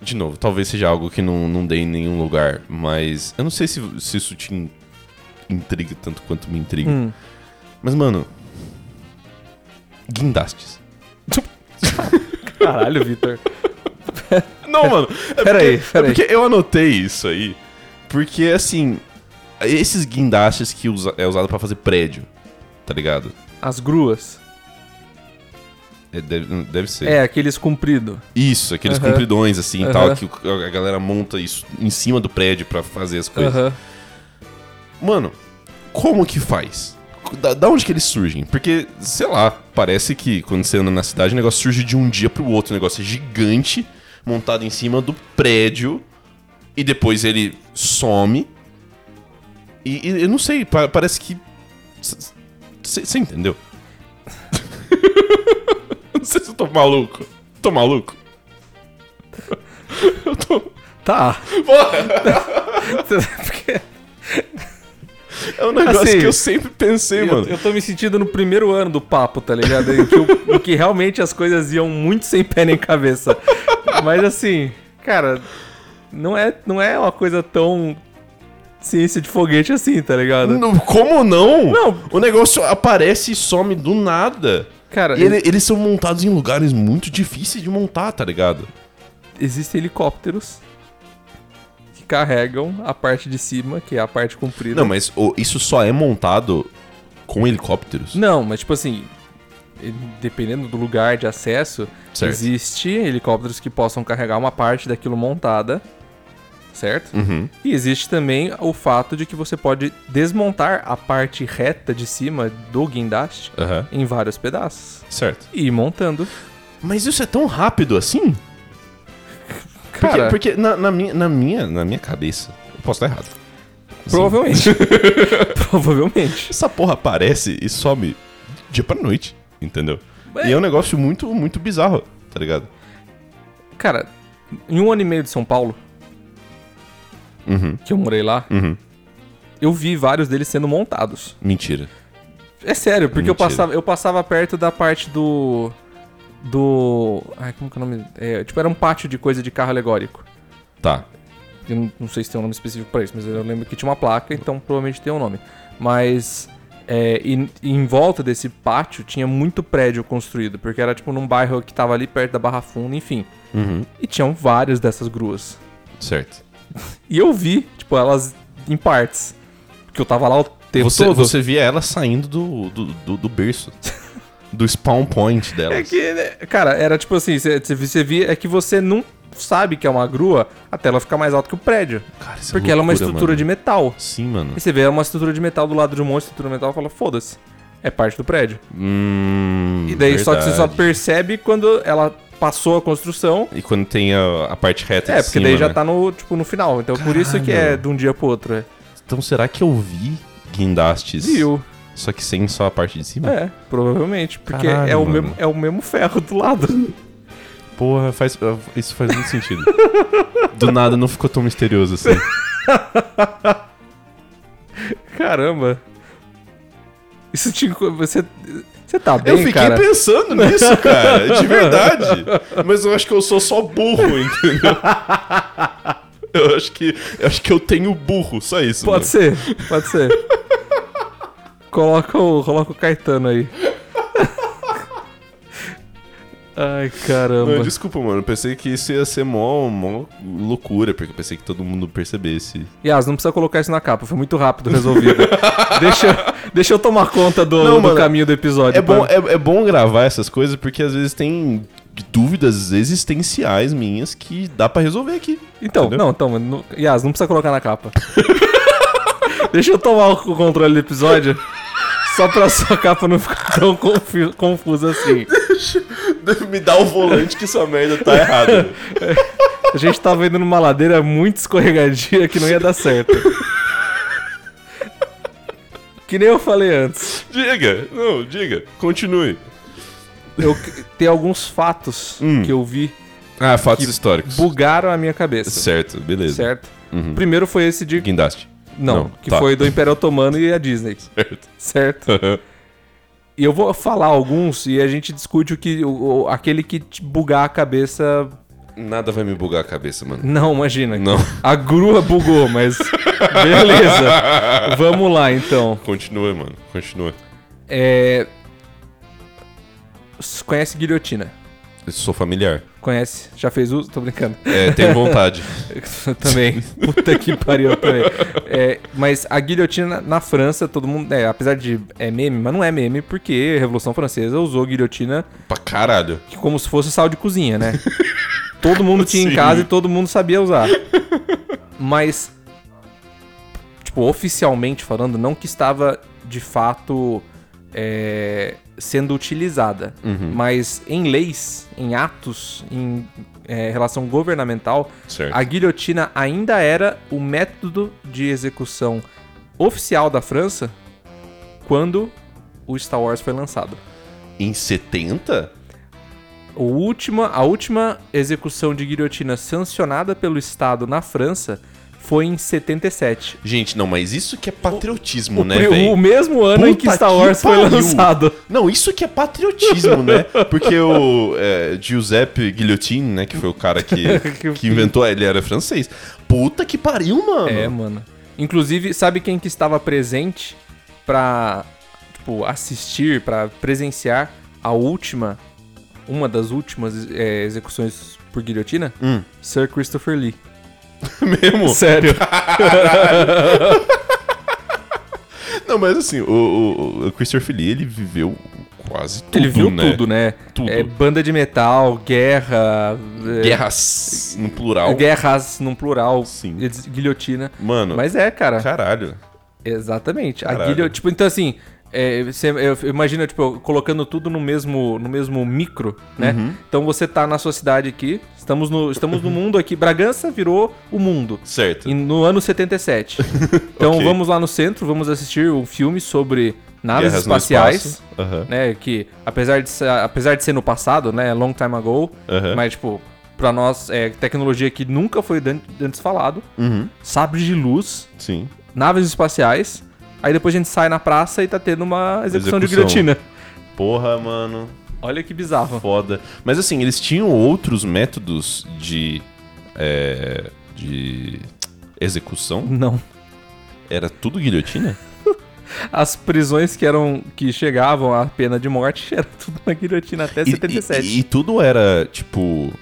S2: De novo, talvez seja algo que não, não dê em nenhum lugar, mas eu não sei se, se isso te in- intriga tanto quanto me intriga.
S1: Hum.
S2: Mas, mano. Guindastes.
S1: Caralho, Vitor.
S2: Não, mano. É
S1: Pera
S2: porque-
S1: aí, pera
S2: é porque eu anotei isso aí. Porque, assim. Esses guindastes que usa- é usado pra fazer prédio, tá ligado?
S1: As gruas.
S2: É, deve, deve ser.
S1: É, aqueles comprido.
S2: Isso, aqueles
S1: Aham.
S2: compridões assim e
S1: Aham.
S2: tal, que o- a galera monta isso em cima do prédio pra fazer as coisas.
S1: Aham.
S2: Mano, como que faz? Da, da onde que eles surgem? Porque, sei lá, parece que quando você anda na cidade, o negócio surge de um dia pro outro. O negócio é gigante, montado em cima do prédio, e depois ele some. E, e eu não sei, pa- parece que. Você entendeu? não sei se eu tô maluco. Tô maluco? Eu tô.
S1: Tá.
S2: Porra!
S1: Porque-
S2: É um negócio
S1: Assim,
S2: que eu sempre pensei,
S1: Eu,
S2: mano.
S1: eu tô me sentindo no primeiro ano do papo, tá ligado? Em que, eu- em que realmente as coisas iam muito sem pé nem cabeça. Mas assim, cara, não é, não é uma coisa tão ciência de foguete assim, tá ligado?
S2: Não, Como não?
S1: Não.
S2: O negócio aparece e some do nada.
S1: Cara,
S2: E ele- eles são montados em lugares muito difíceis de montar, tá ligado?
S1: existem helicópteros que carregam a parte de cima, que é a parte comprida.
S2: Não, mas ô, isso só é montado com helicópteros.
S1: Não, mas tipo assim, e- dependendo do lugar de acesso,
S2: Certo.
S1: existe helicópteros que possam carregar uma parte daquilo montada, certo?
S2: Uhum.
S1: E existe também o fato de que você pode desmontar a parte reta de cima do guindaste
S2: Aham.
S1: em vários pedaços
S2: Certo.
S1: e ir montando.
S2: Mas isso é tão rápido assim? Porque-
S1: Cara,
S2: porque na, na minha, na, minha, na minha cabeça, eu posso estar errado. Assim,
S1: provavelmente. provavelmente.
S2: Essa porra aparece e some dia pra noite, entendeu?
S1: É.
S2: E é um negócio muito, muito bizarro, tá ligado?
S1: Cara, em um ano e meio de São Paulo,
S2: Uhum.
S1: que eu morei lá,
S2: Uhum.
S1: eu vi vários deles sendo montados.
S2: Mentira.
S1: É sério, porque eu
S2: Mentira.
S1: passava, eu passava perto da parte do. Do. Ai, como que é o nome? É, tipo, era um pátio de coisa de carro alegórico.
S2: Tá.
S1: Eu não, não sei se tem um nome específico pra isso, mas eu lembro que tinha uma placa, então provavelmente tem um nome. Mas. é, e- e em volta desse pátio tinha muito prédio construído, porque era tipo num bairro que tava ali perto da Barra Funda, enfim.
S2: Uhum.
S1: E tinham várias dessas gruas.
S2: Certo.
S1: E eu vi, tipo, elas em partes. Porque eu tava lá o tempo
S2: Você,
S1: todo.
S2: você via ela saindo do, do, do- do berço. do spawn point dela.
S1: É que, né, cara, era tipo assim, você- você você via, é que você não sabe que é uma grua até ela ficar mais alta que o prédio.
S2: Cara, isso
S1: Porque ela é uma
S2: loucura,
S1: estrutura
S2: mano.
S1: de metal.
S2: Sim, mano.
S1: E você vê é uma estrutura de metal do lado de um monte de estrutura de metal e fala, foda-se, é parte do prédio.
S2: Hum,
S1: E daí só que você só
S2: verdade.
S1: percebe quando ela passou a construção.
S2: E quando tem a, a parte reta
S1: É,
S2: de
S1: porque
S2: cima,
S1: daí já
S2: né?
S1: tá no, tipo, no final. Então por isso que é
S2: Caralho.
S1: de um dia pro outro. É.
S2: Então será que eu vi guindastes?
S1: Viu?
S2: Só que sem só a parte de cima?
S1: É, provavelmente. Porque
S2: Caralho,
S1: é, o
S2: mano.
S1: mesmo, é o mesmo ferro do lado.
S2: Porra, faz, isso faz muito sentido. Do nada não ficou tão misterioso assim.
S1: Caramba. Isso te. enco- Você, você tá bem,
S2: Eu fiquei
S1: cara?
S2: pensando nisso, cara, de verdade. Mas eu acho que eu sou só burro, entendeu? Eu acho que eu, acho que eu tenho burro, só isso.
S1: Pode ser, pode ser. coloca, o, coloca o Caetano aí. Ai, caramba.
S2: Não, desculpa, mano. Eu pensei que isso ia ser mó, mó loucura, porque eu pensei que todo mundo percebesse.
S1: Yas, não precisa colocar isso na capa, foi muito rápido resolvido. deixa, deixa eu tomar conta do,
S2: Não,
S1: do
S2: mano,
S1: caminho do episódio.
S2: É bom,
S1: pra-
S2: é, é bom gravar essas coisas porque às vezes tem dúvidas existenciais minhas que dá pra resolver aqui.
S1: Então,
S2: entendeu?
S1: não, então, mano, não- Yas, não precisa colocar na capa. deixa eu tomar o controle do episódio. Só pra sua capa não ficar tão confu- confusa assim.
S2: Me dá o volante que sua merda tá errada.
S1: A gente tava indo numa ladeira muito escorregadia que não ia dar certo. Que nem eu falei antes.
S2: diga, não, diga, continue.
S1: Eu, tem alguns fatos
S2: Hum.
S1: que eu vi
S2: Ah, fatos
S1: Que
S2: históricos.
S1: bugaram a minha cabeça.
S2: Certo, beleza.
S1: Certo?
S2: Uhum.
S1: Primeiro foi esse de.
S2: Guindaste.
S1: Não,
S2: não,
S1: que
S2: tá.
S1: foi do Império Otomano e a Disney.
S2: Certo.
S1: Certo? E eu vou falar alguns e a gente discute o que. o- o- aquele que te bugar a cabeça.
S2: Nada vai me bugar a cabeça, mano.
S1: Não, imagina.
S2: Não.
S1: A grua bugou, mas. Beleza. Vamos lá então.
S2: Continua, mano. Continua.
S1: É. s- Conhece guilhotina?
S2: Eu sou familiar.
S1: Conhece? Já fez uso? Tô brincando.
S2: É, tenho vontade.
S1: Eu também. Puta que pariu eu também. É, mas a guilhotina na França, todo mundo. é, apesar de é meme, mas não é meme, porque a Revolução Francesa usou guilhotina
S2: pra caralho.
S1: que- como se fosse sal de cozinha, né? todo mundo tinha em
S2: Sim.
S1: casa e todo mundo sabia usar. Mas, tipo, oficialmente falando, não que estava de fato é, sendo utilizada.
S2: Uhum.
S1: Mas em leis, em atos, em é, relação governamental,
S2: Certo.
S1: a guilhotina ainda era o método de execução oficial da França quando o Star Wars foi lançado.
S2: Em 70?
S1: O última, a última execução de guilhotina sancionada pelo Estado na França foi em 77.
S2: Gente, não, mas isso que é patriotismo,
S1: O,
S2: né,
S1: pre-
S2: velho?
S1: o mesmo ano em que
S2: Puta
S1: Star
S2: que
S1: Wars foi
S2: pariu.
S1: lançado.
S2: Não, isso que é patriotismo, né? Porque o é, Giuseppe Guillotine, né, que foi o cara que, que inventou, ele era francês. Puta que pariu, mano.
S1: É, mano. Inclusive, sabe quem que estava presente pra, tipo, assistir, pra presenciar a última, uma das últimas é, execuções por guilhotina?
S2: Hum.
S1: Sir Christopher Lee.
S2: mesmo?
S1: Sério.
S2: Não, mas assim, o, o, o Christopher Lee, ele viveu quase tudo,
S1: Ele viu
S2: né?
S1: tudo, né?
S2: Tudo.
S1: É, banda de metal, guerra... é,
S2: Guerras, no plural.
S1: Guerras, num plural.
S2: Sim.
S1: eles- Guilhotina.
S2: Mano,
S1: Mas é, cara.
S2: caralho.
S1: Exatamente. A
S2: Caralho.
S1: guilho, tipo, então assim, é, você- eu imagino, tipo, eu colocando tudo no mesmo, no mesmo micro, né?
S2: Uhum.
S1: Então você tá na sua cidade aqui, estamos no, estamos no mundo aqui. Bragança virou o mundo.
S2: Certo.
S1: E no ano 77. Então
S2: Ok.
S1: vamos lá no centro, vamos assistir um filme sobre naves
S2: Guerras no
S1: espaciais.
S2: espaço. Aham.
S1: Né, que apesar de, ser- apesar de ser no passado, né, long time ago,
S2: Aham.
S1: mas tipo, pra nós é tecnologia que nunca foi dan- antes falado,
S2: Uhum.
S1: sabres de luz,
S2: Sim.
S1: naves espaciais. Aí depois a gente sai na praça e tá tendo uma execução, de
S2: Execução.
S1: guilhotina.
S2: Porra, mano.
S1: Olha que bizarro.
S2: Foda. Mas assim, eles tinham outros métodos de. é, de. execução?
S1: Não.
S2: Era tudo guilhotina?
S1: As prisões que eram que chegavam à pena de morte era tudo na guilhotina até
S2: E-
S1: 77.
S2: E, e tudo era, tipo.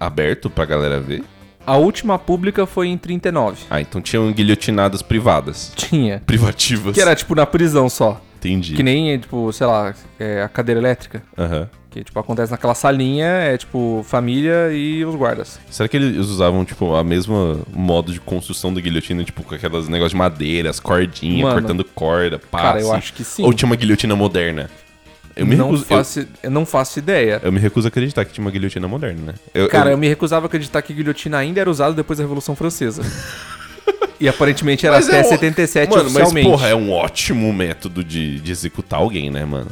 S2: aberto pra galera ver?
S1: A última pública foi em 39.
S2: Ah, então tinham guilhotinadas privadas.
S1: Tinha.
S2: Privativas.
S1: Que era tipo na prisão só.
S2: Entendi.
S1: Que nem, tipo, sei lá, é, a cadeira elétrica.
S2: Aham.
S1: Que, tipo, acontece naquela salinha, é tipo, família e os guardas.
S2: Será que eles usavam, tipo, a mesma modo de construção da guilhotina, tipo, com aquelas negócios de madeira, as cordinhas,
S1: Mano.
S2: cortando corda, pá.
S1: Cara, eu
S2: assim?
S1: acho que sim.
S2: Ou tinha uma guilhotina moderna? Eu me,
S1: não,
S2: recuso, eu-
S1: faço, eu não faço ideia.
S2: eu me recuso a acreditar que tinha uma guilhotina moderna, né? Eu-
S1: Cara, eu
S2: eu-
S1: me recusava a acreditar que guilhotina ainda era usada depois da Revolução Francesa. e aparentemente era
S2: Mas
S1: até
S2: é um-
S1: 77
S2: Mano, mas
S1: oficialmente.
S2: porra, é um ótimo método de, de executar alguém, né, mano?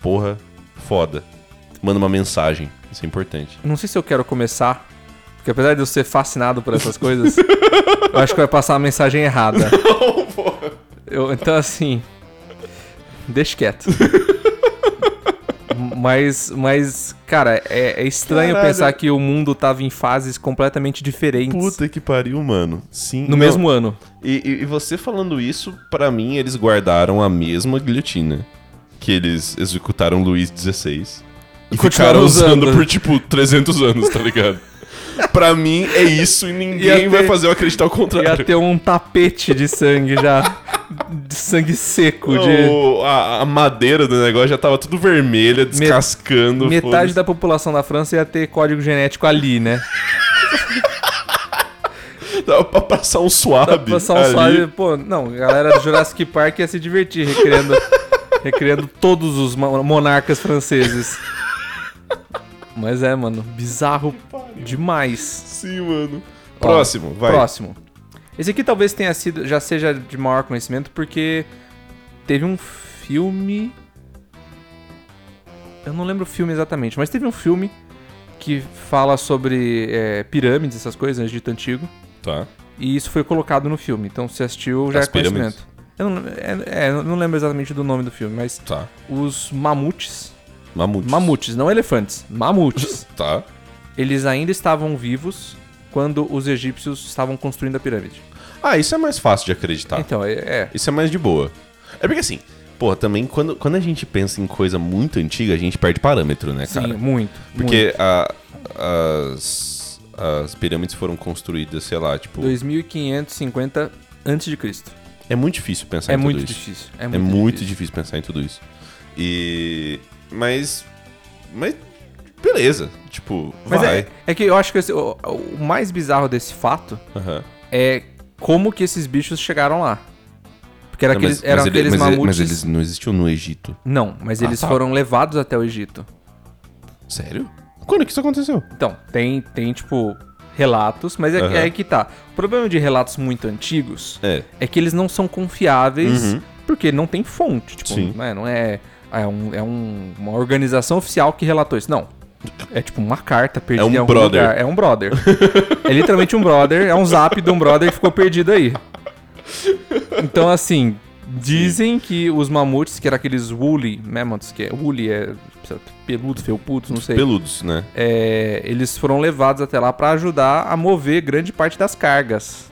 S2: Porra, foda. Manda uma mensagem, isso é importante.
S1: Não sei se eu quero começar, porque apesar de eu ser fascinado por essas coisas, eu acho que vai passar uma mensagem errada.
S2: Não, porra.
S1: Eu- então, assim. Deixa quieto. mas, mas, cara, é, é estranho
S2: Caralho.
S1: pensar que o mundo tava em fases completamente diferentes
S2: Puta que pariu, mano. Sim.
S1: no mesmo ano.
S2: E, e- e você falando isso, pra mim eles guardaram a mesma guilhotina que eles executaram Luís XVI. E
S1: Continuaram
S2: ficaram usando.
S1: usando.
S2: por tipo 300 anos, tá ligado? pra mim é isso e ninguém
S1: Ia ter-
S2: vai fazer eu acreditar o
S1: Ia
S2: contrário.
S1: ter um tapete de sangue já. de sangue seco,
S2: Não,
S1: de.
S2: o- a, a madeira do negócio já tava tudo vermelha, descascando.
S1: Metade
S2: foda-se.
S1: da população da França ia ter código genético ali, né?
S2: Dava pra passar um suave.
S1: Passar um
S2: ali.
S1: suave, pô, não, a galera do Jurassic Park ia se divertir recriando, recriando todos os mo- monarcas franceses. Mas é, mano, bizarro demais.
S2: Sim, mano. Próximo, vai.
S1: Próximo. Esse aqui talvez tenha sido, já seja de maior conhecimento, porque teve um filme. Eu não lembro o filme exatamente, mas teve um filme que fala sobre é, pirâmides, essas coisas, Egito Antigo.
S2: Tá.
S1: E isso foi colocado no filme. Então se assistiu, já
S2: As
S1: é
S2: pirâmides?
S1: conhecimento. Eu não, é- é, eu não lembro exatamente do nome do filme, mas
S2: Tá.
S1: os mamutes.
S2: Mamute.
S1: Mamutes, não elefantes. Mamutes.
S2: Tá.
S1: eles ainda estavam vivos quando os egípcios estavam construindo a pirâmide.
S2: Ah, isso é mais fácil de acreditar.
S1: Então, é. é.
S2: Isso é mais de boa. É porque assim, porra, também quando, quando a gente pensa em coisa muito antiga, a gente perde parâmetro, né,
S1: Sim,
S2: cara?
S1: muito. muito.
S2: Porque a- as, as pirâmides foram construídas, sei lá, tipo.
S1: 2550 antes de Cristo.
S2: É muito difícil pensar
S1: É
S2: em tudo
S1: muito
S2: isso.
S1: difícil.
S2: É muito, difícil. pensar em tudo isso. E. Mas. Mas. Beleza. Tipo,
S1: Mas
S2: vai.
S1: é, é que eu acho que esse- o, o mais bizarro desse fato
S2: Aham.
S1: é como que esses bichos chegaram lá. Porque era
S2: Não,
S1: aqueles,
S2: mas-
S1: eram
S2: mas ele-
S1: aqueles
S2: mas ele-
S1: mamutes.
S2: mas eles não existiam no Egito.
S1: Não, mas
S2: Ah,
S1: eles
S2: tá.
S1: foram levados até o Egito.
S2: Sério? Quando é que isso aconteceu?
S1: Então, tem, tem tipo, relatos, mas é,
S2: Aham.
S1: é aí que tá. O problema de relatos muito antigos
S2: É.
S1: é que eles não são confiáveis
S2: Uhum.
S1: porque não tem fonte. Tipo,
S2: Sim.
S1: né, não é. É, um- é um- uma organização oficial que relatou isso. Não. É tipo uma carta perdida
S2: um
S1: em algum
S2: brother.
S1: lugar. É um brother. é literalmente um brother. É um zap de um brother que ficou perdido aí. Então, assim, dizem que os mamutes, que eram aqueles woolly mammoths, que é woolly, é peludos, felputos, não sei.
S2: Peludos, né?
S1: É, eles foram levados até lá pra ajudar a mover grande parte das cargas.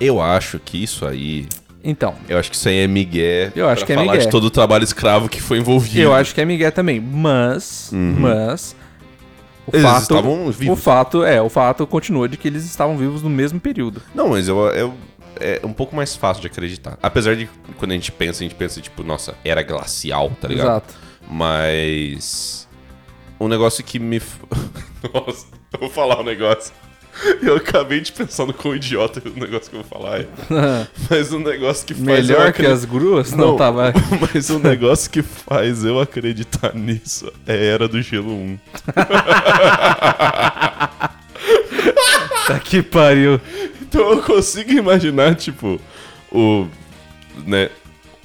S2: Eu acho que isso aí.
S1: Então,
S2: Eu acho que isso aí é migué.
S1: Eu acho
S2: pra
S1: que é
S2: falar
S1: migué.
S2: de todo o trabalho escravo que foi envolvido.
S1: eu acho que é Miguel também, mas, mas o
S2: Uhum. Eles
S1: fato,
S2: estavam
S1: o
S2: vivos.
S1: fato é, o fato continua de que eles estavam vivos no mesmo período.
S2: Não, mas eu, eu- é um pouco mais fácil de acreditar. Apesar de quando a gente pensa, a gente pensa, tipo, nossa, era glacial, tá ligado?
S1: Exato.
S2: Mas. Um negócio que me. f- Nossa, eu vou falar um negócio. Eu acabei de pensar no quão idiota o negócio que eu vou falar é. Mas um negócio que faz. eu
S1: Melhor que
S2: acre-
S1: as gruas? Não, tá, vai.
S2: Mas um negócio que faz eu acreditar nisso é a Era do Gelo 1.
S1: Tá que pariu.
S2: Então eu consigo imaginar, tipo, o. né?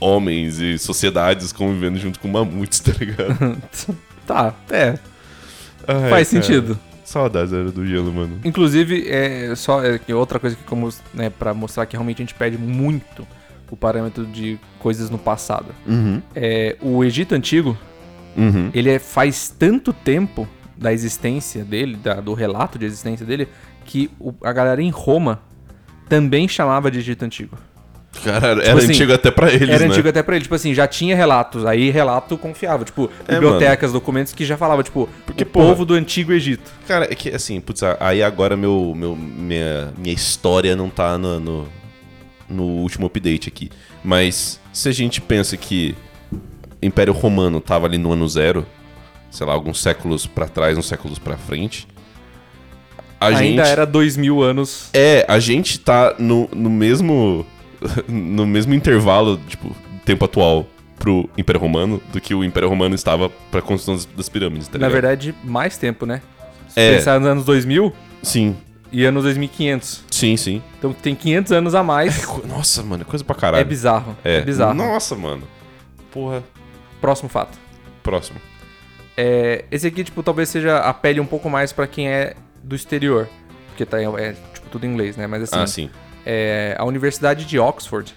S2: Homens e sociedades convivendo junto com mamutes, tá ligado?
S1: Tá, é,
S2: Ai, cara.
S1: faz sentido.
S2: Saudades da Era do Gelo, mano.
S1: Inclusive, é só é, que outra coisa que como né, para mostrar que realmente a gente perde muito o parâmetro de coisas no passado.
S2: Uhum.
S1: É, o Egito antigo,
S2: Uhum.
S1: ele é- faz tanto tempo da existência dele, da- do relato de existência dele, que o- a galera em Roma também chamava de Egito antigo.
S2: Caralho, era
S1: assim,
S2: antigo até pra eles,
S1: Era
S2: né?
S1: antigo até pra ele, tipo assim, já tinha relatos, aí relato confiável, tipo,
S2: É,
S1: bibliotecas, documentos que já falava, tipo,
S2: Porque,
S1: o
S2: porra-
S1: povo do antigo Egito.
S2: Cara, é que assim, putz, aí agora meu, meu, minha, minha história não tá no, no, no último update aqui. Mas se a gente pensa que Império Romano tava ali no ano zero, sei lá, alguns séculos pra trás, uns séculos pra frente, a
S1: Ainda
S2: gente...
S1: era dois mil anos.
S2: É, a gente tá no, no mesmo. no mesmo intervalo, tipo, tempo atual pro Império Romano do que o Império Romano estava pra construção das, das pirâmides, tá
S1: Na
S2: ligado?
S1: verdade, mais tempo, né? Se
S2: É.
S1: pensar nos anos 2000
S2: Sim,
S1: e anos 2500.
S2: sim, sim.
S1: Então tem 500 anos a mais.
S2: Co- Nossa, mano, é coisa pra
S1: É
S2: caralho.
S1: bizarro. É, bizarro.
S2: Nossa, mano. Porra.
S1: Próximo fato.
S2: Próximo.
S1: É, esse aqui, tipo, talvez seja apele um pouco mais pra quem é do exterior. Porque tá, é, tipo, tudo em inglês, né? Mas assim,
S2: Ah, sim.
S1: é, a Universidade de Oxford,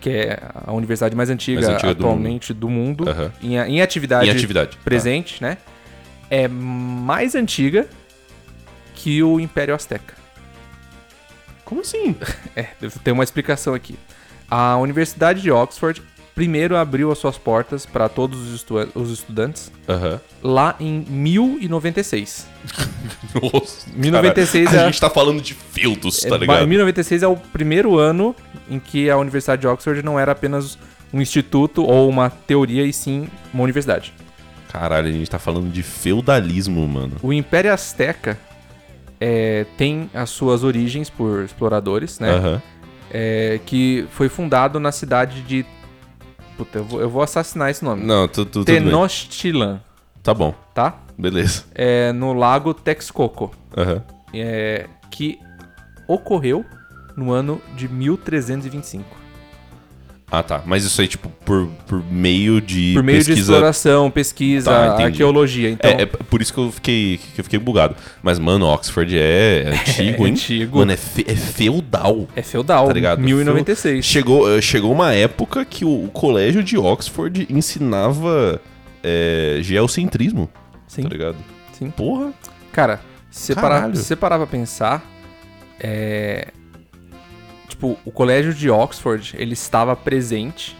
S1: que é a universidade mais antiga,
S2: Mais antiga do
S1: atualmente do mundo,
S2: Aham.
S1: em, a- em atividade,
S2: Em atividade. tá.
S1: presente, né? É mais antiga que o Império Azteca.
S2: Como assim?
S1: É, tem uma explicação aqui. A Universidade de Oxford primeiro abriu as suas portas para todos os, estu- os estudantes
S2: Aham.
S1: lá em 1096.
S2: Nossa.
S1: 1096
S2: caralho.
S1: é-
S2: A gente tá falando de feudos, tá
S1: É,
S2: ligado?
S1: 1096 é o primeiro ano em que a Universidade de Oxford não era apenas um instituto ou uma teoria, e sim uma universidade.
S2: Caralho, a gente tá falando de feudalismo, mano.
S1: O Império Azteca é, tem as suas origens por exploradores, né?
S2: Aham.
S1: É, que foi fundado na cidade de. Puta, eu vou, eu vou assassinar esse nome.
S2: Não, tu, tu, tudo bem.
S1: Tenochtitlan,
S2: Tá bom.
S1: tá?
S2: Beleza.
S1: É, no lago Texcoco,
S2: Aham.
S1: é, que ocorreu no ano de 1325.
S2: Ah, tá. Mas isso aí, tipo, por, por meio de
S1: Por meio de
S2: pesquisa...
S1: exploração, pesquisa,
S2: Tá, entendi.
S1: arqueologia. Então,
S2: É, é por isso que eu fiquei, que eu fiquei bugado. Mas, mano, Oxford é antigo, hein?
S1: antigo.
S2: Mano, é, fe- é feudal.
S1: é feudal,
S2: tá ligado?
S1: 1096.
S2: Chegou, eh, chegou uma época que o, o colégio de Oxford ensinava eh, geocentrismo,
S1: Sim,
S2: tá ligado?
S1: sim.
S2: Porra.
S1: Cara, se você parar,
S2: Caralho.
S1: se você parar pra pensar, é... Tipo, o colégio de Oxford, ele estava presente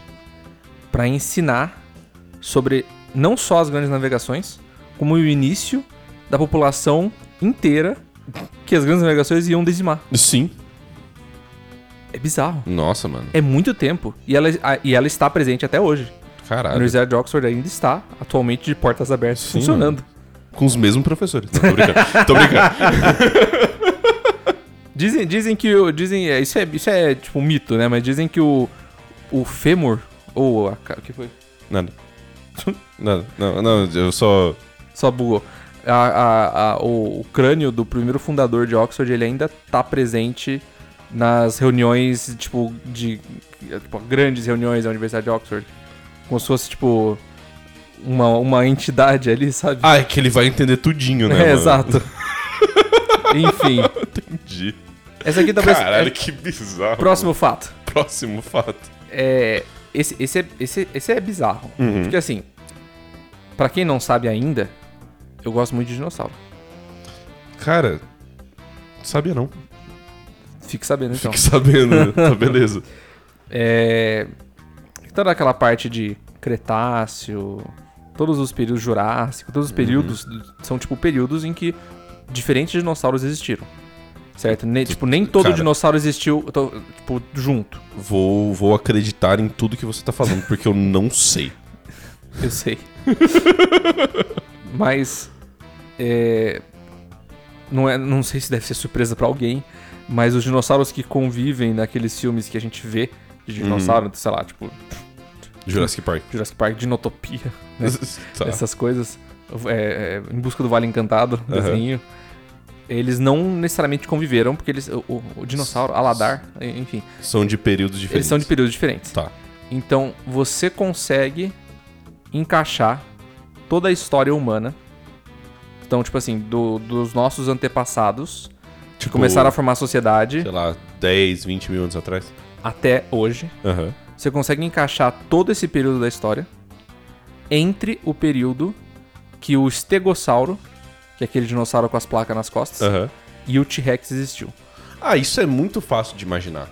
S1: pra ensinar sobre não só as grandes navegações, como o início da população inteira que as grandes navegações iam dizimar.
S2: Sim.
S1: É bizarro.
S2: Nossa, mano.
S1: É muito tempo. E ela, a- e ela está presente até hoje. A
S2: Caralho.
S1: Universidade de Oxford ainda está atualmente de portas abertas
S2: Ah, Sim, né?
S1: funcionando.
S2: Com os mesmos professores. Não, tô brincando. tô brincando.
S1: Dizem, dizem que o. Dizem, é, isso, é, isso é tipo um mito, né? Mas dizem que o. O fêmur. Ou a. ca- O que foi?
S2: Nada. Nada. Não, não, eu só.
S1: Só bugou. A- a- a- o, o crânio do primeiro fundador de Oxford, ele ainda tá presente nas reuniões, tipo, de. Tipo, grandes reuniões da Universidade de Oxford. Como se fosse, tipo. uma, uma entidade ali, sabe?
S2: Ah, é que ele vai entender tudinho, né?
S1: é,
S2: mano?
S1: exato. Enfim,
S2: Entendi.
S1: essa aqui talvez.
S2: Caralho,
S1: é-
S2: que bizarro.
S1: Próximo fato.
S2: Próximo fato.
S1: É, esse, esse, é, esse, esse é bizarro.
S2: Uhum.
S1: Porque assim, pra quem não sabe ainda, eu gosto muito de dinossauro.
S2: Cara, sabia não.
S1: Fique sabendo então.
S2: Fique sabendo, né? tá beleza.
S1: É, toda aquela parte de Cretáceo, todos os períodos Jurássico,
S2: Uhum.
S1: todos os períodos são tipo períodos em que diferentes dinossauros existiram. Certo? Ne- tipo, nem todo
S2: Cara.
S1: dinossauro existiu to- tipo, junto.
S2: Vou, vou acreditar em tudo que você tá falando, porque eu não sei.
S1: Eu sei. mas. é, não, é, não sei se deve ser surpresa pra alguém, mas os dinossauros que convivem naqueles filmes que a gente vê de dinossauro, sei lá, tipo
S2: Jurassic Park.
S1: Jurassic Park, Dinotopia,
S2: Tá.
S1: essas coisas, é, é, Em Busca do Vale Encantado,
S2: Aham.
S1: desenho. Eles não necessariamente conviveram, porque eles. O, o- o dinossauro, Aladar, enfim.
S2: São de períodos
S1: Eles
S2: diferentes.
S1: são de períodos diferentes.
S2: Tá.
S1: Então você consegue encaixar toda a história humana. Então, tipo assim, do- dos nossos antepassados que
S2: Tipo,
S1: começaram a formar a sociedade
S2: Sei lá, 10, 20 mil anos atrás.
S1: até hoje.
S2: Aham.
S1: Você consegue encaixar todo esse período da história entre o período que o estegossauro, que é aquele dinossauro com as placas nas costas,
S2: Aham.
S1: e o T-Rex existiu.
S2: Ah, isso é muito fácil de imaginar.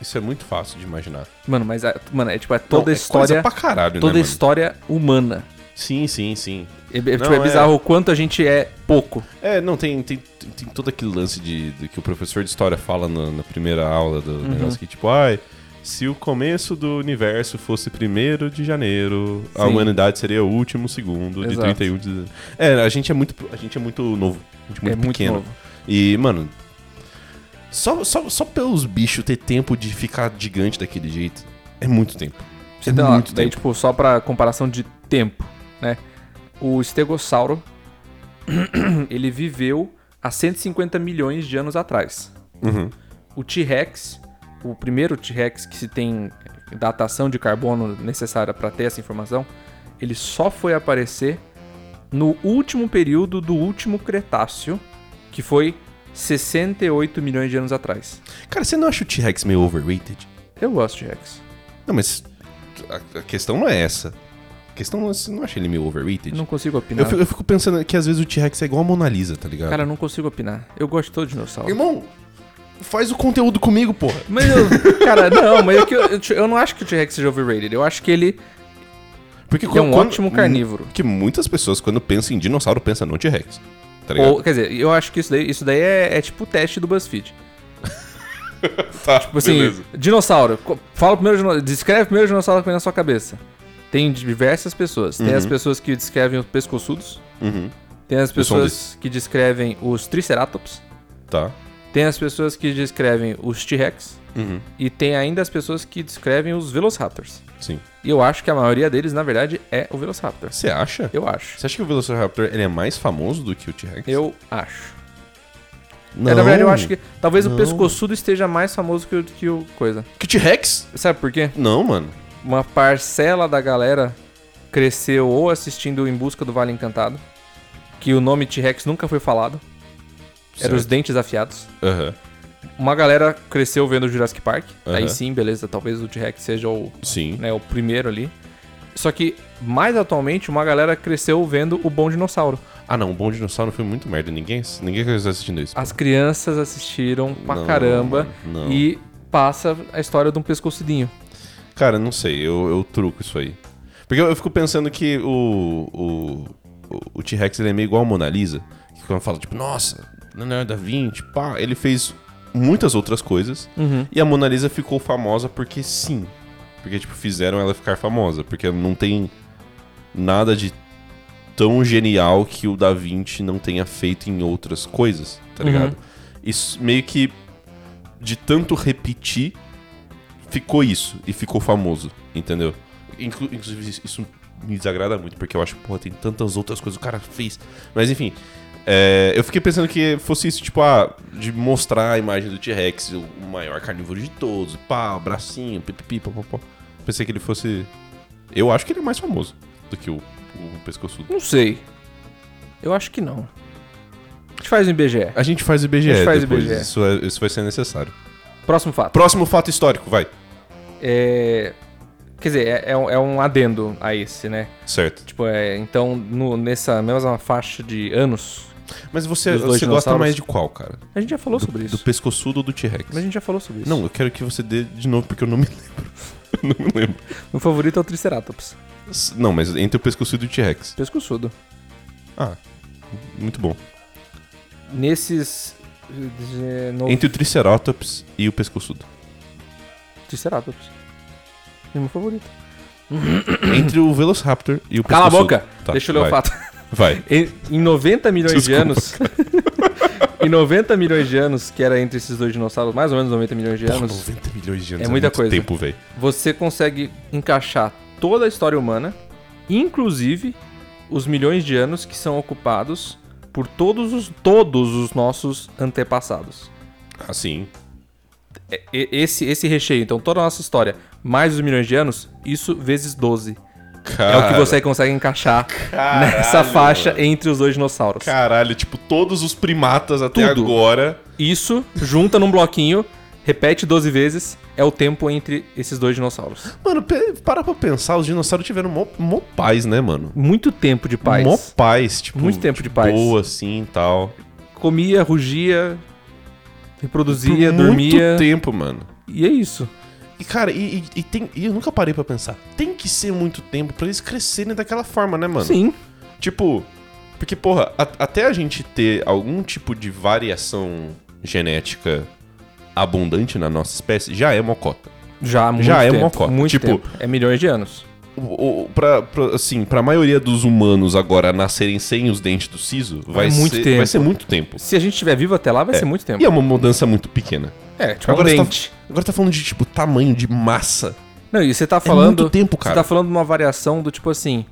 S2: Isso é muito fácil de imaginar.
S1: Mano, mas é, mano, é tipo é toda
S2: Não,
S1: a
S2: é
S1: história,
S2: Coisa pra caralho,
S1: toda
S2: né,
S1: a
S2: mano?
S1: história humana.
S2: Sim, sim, sim.
S1: É, é, tipo,
S2: Não,
S1: é
S2: é.
S1: bizarro o quanto a gente é pouco.
S2: É, não, tem, tem, tem todo aquele lance de, de que o professor de história fala na, na primeira aula do
S1: Uhum.
S2: negócio que, tipo, ai, se o começo do universo fosse 1 de janeiro, a
S1: Sim.
S2: humanidade seria o último segundo de
S1: Exato.
S2: 31 de. É, a gente é muito, a gente é muito novo. A gente é muito
S1: É muito
S2: pequeno.
S1: novo.
S2: E, mano. Só, só, só pelos bichos ter tempo de ficar gigante daquele jeito, é muito tempo. É
S1: Então, ó,
S2: muito
S1: daí,
S2: tempo.
S1: tipo, só pra comparação de tempo, né? O estegossauro, ele viveu há 150 milhões de anos atrás.
S2: Uhum.
S1: O T-Rex, o primeiro T-Rex que se tem datação de carbono necessária pra ter essa informação, ele só foi aparecer no último período do último Cretáceo, que foi 68 milhões de anos atrás.
S2: Cara, você não acha o T-Rex meio overrated?
S1: Eu gosto de T-Rex.
S2: Não, mas a, a questão não é essa. A questão não é você não acha ele meio overrated.
S1: Não consigo opinar.
S2: eu, fico, eu fico pensando que às vezes o T-Rex é igual a Mona Lisa, tá ligado?
S1: Cara, eu não consigo opinar. Eu gosto de todo dinossauro.
S2: Irmão, faz o conteúdo comigo, porra.
S1: Mas eu, cara, não, mas é que eu, eu, eu não acho que o T-Rex seja overrated. Eu acho que ele
S2: Porque
S1: é um ótimo carnívoro.
S2: Que muitas pessoas, quando pensam em dinossauro, pensam no T-Rex. Tá ligado?
S1: ou, quer dizer, eu acho que isso daí, isso daí é, é tipo o teste do BuzzFeed.
S2: tá,
S1: Tipo assim, dinossauro, co- fala o primeiro, dino- descreve o primeiro dinossauro que vem na sua cabeça. Tem diversas pessoas. Tem as pessoas que descrevem os pescoçudos,
S2: Uhum,
S1: tem as
S2: Eu sou um
S1: pessoas que descrevem os triceratops,
S2: tá.
S1: tem as pessoas que descrevem os T-Rex
S2: Uhum,
S1: e tem ainda as pessoas que descrevem os velociraptors.
S2: sim.
S1: E eu acho que a maioria deles, na verdade, é o velociraptor.
S2: Você acha?
S1: Eu acho.
S2: Você acha que o Velociraptor ele é mais famoso do que o T-Rex?
S1: Eu acho.
S2: não.
S1: É, na verdade, eu acho que talvez o
S2: Não.
S1: pescoçudo esteja mais famoso que o, que o coisa.
S2: Que o T-Rex?
S1: Sabe por quê?
S2: Não, mano.
S1: Uma parcela da galera cresceu ou assistindo Em Busca do Vale Encantado, que o nome T-Rex nunca foi falado, eram os
S2: Certo.
S1: dentes afiados.
S2: Aham,
S1: Uma galera cresceu vendo Jurassic Park, aí
S2: Aham.
S1: sim, beleza, talvez o T-Rex seja o,
S2: sim.
S1: né, o primeiro ali. Só que, mais atualmente, uma galera cresceu vendo o Bom Dinossauro.
S2: Ah, não, o Bom Dinossauro foi muito merda. Ninguém, ninguém tá assistindo isso.
S1: As crianças assistiram pra
S2: Não,
S1: caramba
S2: não.
S1: e passa a história de um pescocidinho.
S2: Cara, não sei, eu, eu truco isso aí. Porque eu, eu fico pensando que o, o, o- o T-Rex ele é meio igual a Mona Lisa. Que quando fala, tipo, nossa, Leonardo da Vinci, pá, ele fez muitas outras coisas. E a Mona Lisa ficou famosa porque sim. Porque, tipo, fizeram ela ficar famosa. Porque não tem nada de tão genial que o da Vinci não tenha feito em outras coisas, tá
S1: Uhum.
S2: ligado? Isso meio que de tanto repetir, ficou isso e ficou famoso, entendeu? Inclu- inclusive, isso- isso me desagrada muito, porque eu acho, porra, tem tantas outras coisas que o cara fez. Mas enfim, é, eu fiquei pensando que fosse isso, tipo, ah, de mostrar a imagem do T-Rex, o o maior carnívoro de todos, pá, bracinho, pipipi, papapá. Pensei que ele fosse. Eu acho que ele é mais famoso do que o, o o pescoçudo.
S1: Não sei. Eu acho que não. A gente faz um IBGE.
S2: A gente faz IBGE
S1: A gente faz
S2: depois,
S1: IBGE.
S2: Isso, é- isso vai ser necessário.
S1: Próximo fato.
S2: Próximo fato histórico, vai.
S1: É... Quer dizer, é, é um, é um adendo a esse, né?
S2: Certo.
S1: Tipo, é, então, no- nessa mesma faixa de anos,
S2: Mas você,
S1: Dos dois
S2: você gosta
S1: dinossauros?
S2: mais de qual, cara?
S1: a gente já falou
S2: do,
S1: sobre
S2: do
S1: isso.
S2: pescoçudo ou do T-Rex?
S1: Mas a gente já falou sobre isso.
S2: Não, eu quero que você dê de novo, porque eu não me lembro. Eu não me lembro.
S1: Meu favorito é o Triceratops.
S2: S- Não, mas entre o pescoçudo e o T-Rex.
S1: Pescoçudo.
S2: Ah, muito bom.
S1: Nesses... eh, No...
S2: Entre o Triceratops e o pescoçudo.
S1: Triceratops. É meu favorito.
S2: entre o Velociraptor e o pescoçudo.
S1: Cala a boca!
S2: Tá,
S1: Deixa eu ler
S2: vai,
S1: o fato.
S2: Vai.
S1: Em, em 90 milhões de
S2: Desculpa,
S1: anos. em 90 milhões de anos, que era entre esses dois dinossauros, mais ou menos 90 milhões de
S2: Porra,
S1: anos,
S2: 90 milhões de anos.
S1: É muita
S2: muito
S1: coisa.
S2: tempo, velho.
S1: você consegue encaixar toda a história humana, inclusive os milhões de anos que são ocupados por todos os, todos os nossos antepassados.
S2: Ah, sim.
S1: É- e- esse, esse recheio, então toda a nossa história, mais os milhões de anos, isso vezes 12.
S2: Cara,
S1: é o que você consegue encaixar nessa
S2: caralho,
S1: faixa
S2: mano.
S1: entre os dois dinossauros.
S2: Caralho, tipo, todos os primatas até
S1: Tudo.
S2: agora.
S1: Isso, junta num bloquinho, repete 12 vezes, é o tempo entre esses dois dinossauros.
S2: Mano, pe- para pra pensar, os dinossauros tiveram mó, mó paz, né, mano?
S1: Muito tempo de paz.
S2: Mó paz, tipo.
S1: Muito tempo
S2: tipo,
S1: de paz.
S2: Boa, assim e tal.
S1: Comia, rugia, reproduzia,
S2: Por
S1: dormia.
S2: Muito tempo, mano.
S1: E é isso.
S2: E, cara, e, e- e tem, e eu nunca parei pra pensar. Tem que ser muito tempo pra eles crescerem daquela forma, né, mano?
S1: Sim.
S2: Tipo, porque, porra, a- até a gente ter algum tipo de variação genética abundante na nossa espécie, já é mocota.
S1: Já há muito
S2: Já é
S1: tempo,
S2: mocota.
S1: Muito
S2: Tipo-
S1: tempo. É milhões de anos.
S2: O, o, pra, pra- assim, pra maioria dos humanos agora nascerem sem os dentes do siso, vai,
S1: É muito
S2: ser,
S1: tempo.
S2: vai ser muito tempo.
S1: Se a gente estiver vivo até lá, vai
S2: É.
S1: ser muito tempo.
S2: E é uma mudança muito pequena.
S1: É, tipo um
S2: Agora você tá-
S1: dente.
S2: Agora tá falando de, tipo, tamanho, de massa. É
S1: Não, e você tá falando.
S2: muito tempo,
S1: Você
S2: cara.
S1: tá falando de uma variação do tipo assim.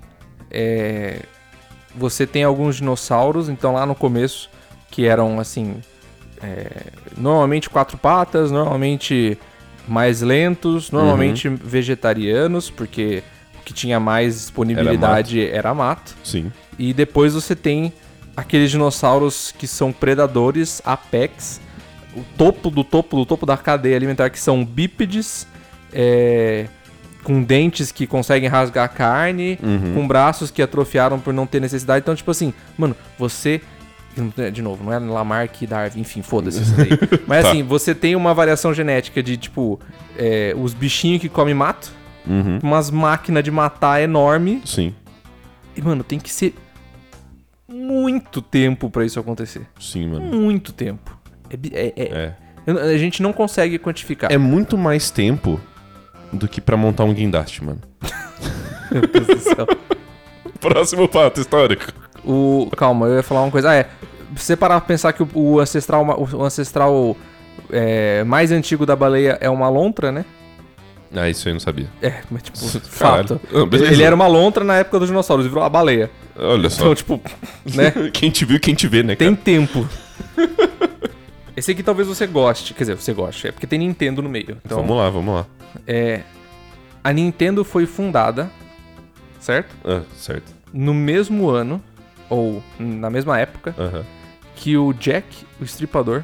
S1: É. Você tem alguns dinossauros, então lá no começo, que eram assim. é, normalmente quatro patas, normalmente mais lentos, normalmente
S2: Uhum.
S1: vegetarianos, porque o que tinha mais disponibilidade era mato.
S2: Sim.
S1: E depois você tem aqueles dinossauros que são predadores, apex, o topo do topo do topo da cadeia alimentar, que são bípedes, é, com dentes que conseguem rasgar a carne, com braços que atrofiaram por não ter necessidade. Então, tipo assim, mano, você. De novo, não é Lamarck e Darwin, enfim, foda-se isso daí. Mas
S2: Tá.
S1: assim, você tem uma variação genética de, tipo, é, os bichinhos que comem mato,
S2: Uhum.
S1: umas máquinas de matar enorme
S2: Sim.
S1: e, mano, tem que ser muito tempo pra isso acontecer.
S2: Sim, mano.
S1: Muito tempo. É bi- é- é-
S2: É.
S1: eu- A gente não consegue quantificar.
S2: É muito mais tempo do que pra montar um guindaste, mano.
S1: Meu Deus do céu.
S2: Próximo fato histórico.
S1: O, calma, eu ia falar uma coisa. Ah, é. Se você parar pra pensar que o, o ancestral, ma- o ancestral é, mais antigo da baleia é uma lontra, né?
S2: Ah, isso aí eu não sabia.
S1: É, mas tipo,
S2: Caralho.
S1: fato.
S2: Ah, beleza.
S1: Ele era uma lontra na época dos dinossauros, virou uma baleia.
S2: Olha
S1: Então,
S2: só.
S1: tipo, né?
S2: quem te viu, quem te vê, né,
S1: Tem
S2: cara?
S1: tempo. Esse aqui talvez você goste. Quer dizer, você goste. É porque tem Nintendo no meio. Então,
S2: Vamos lá, vamos lá.
S1: é, a Nintendo foi fundada, certo?
S2: Ah, certo.
S1: No mesmo ano, ou na mesma época,
S2: Aham.
S1: que o Jack, o estripador,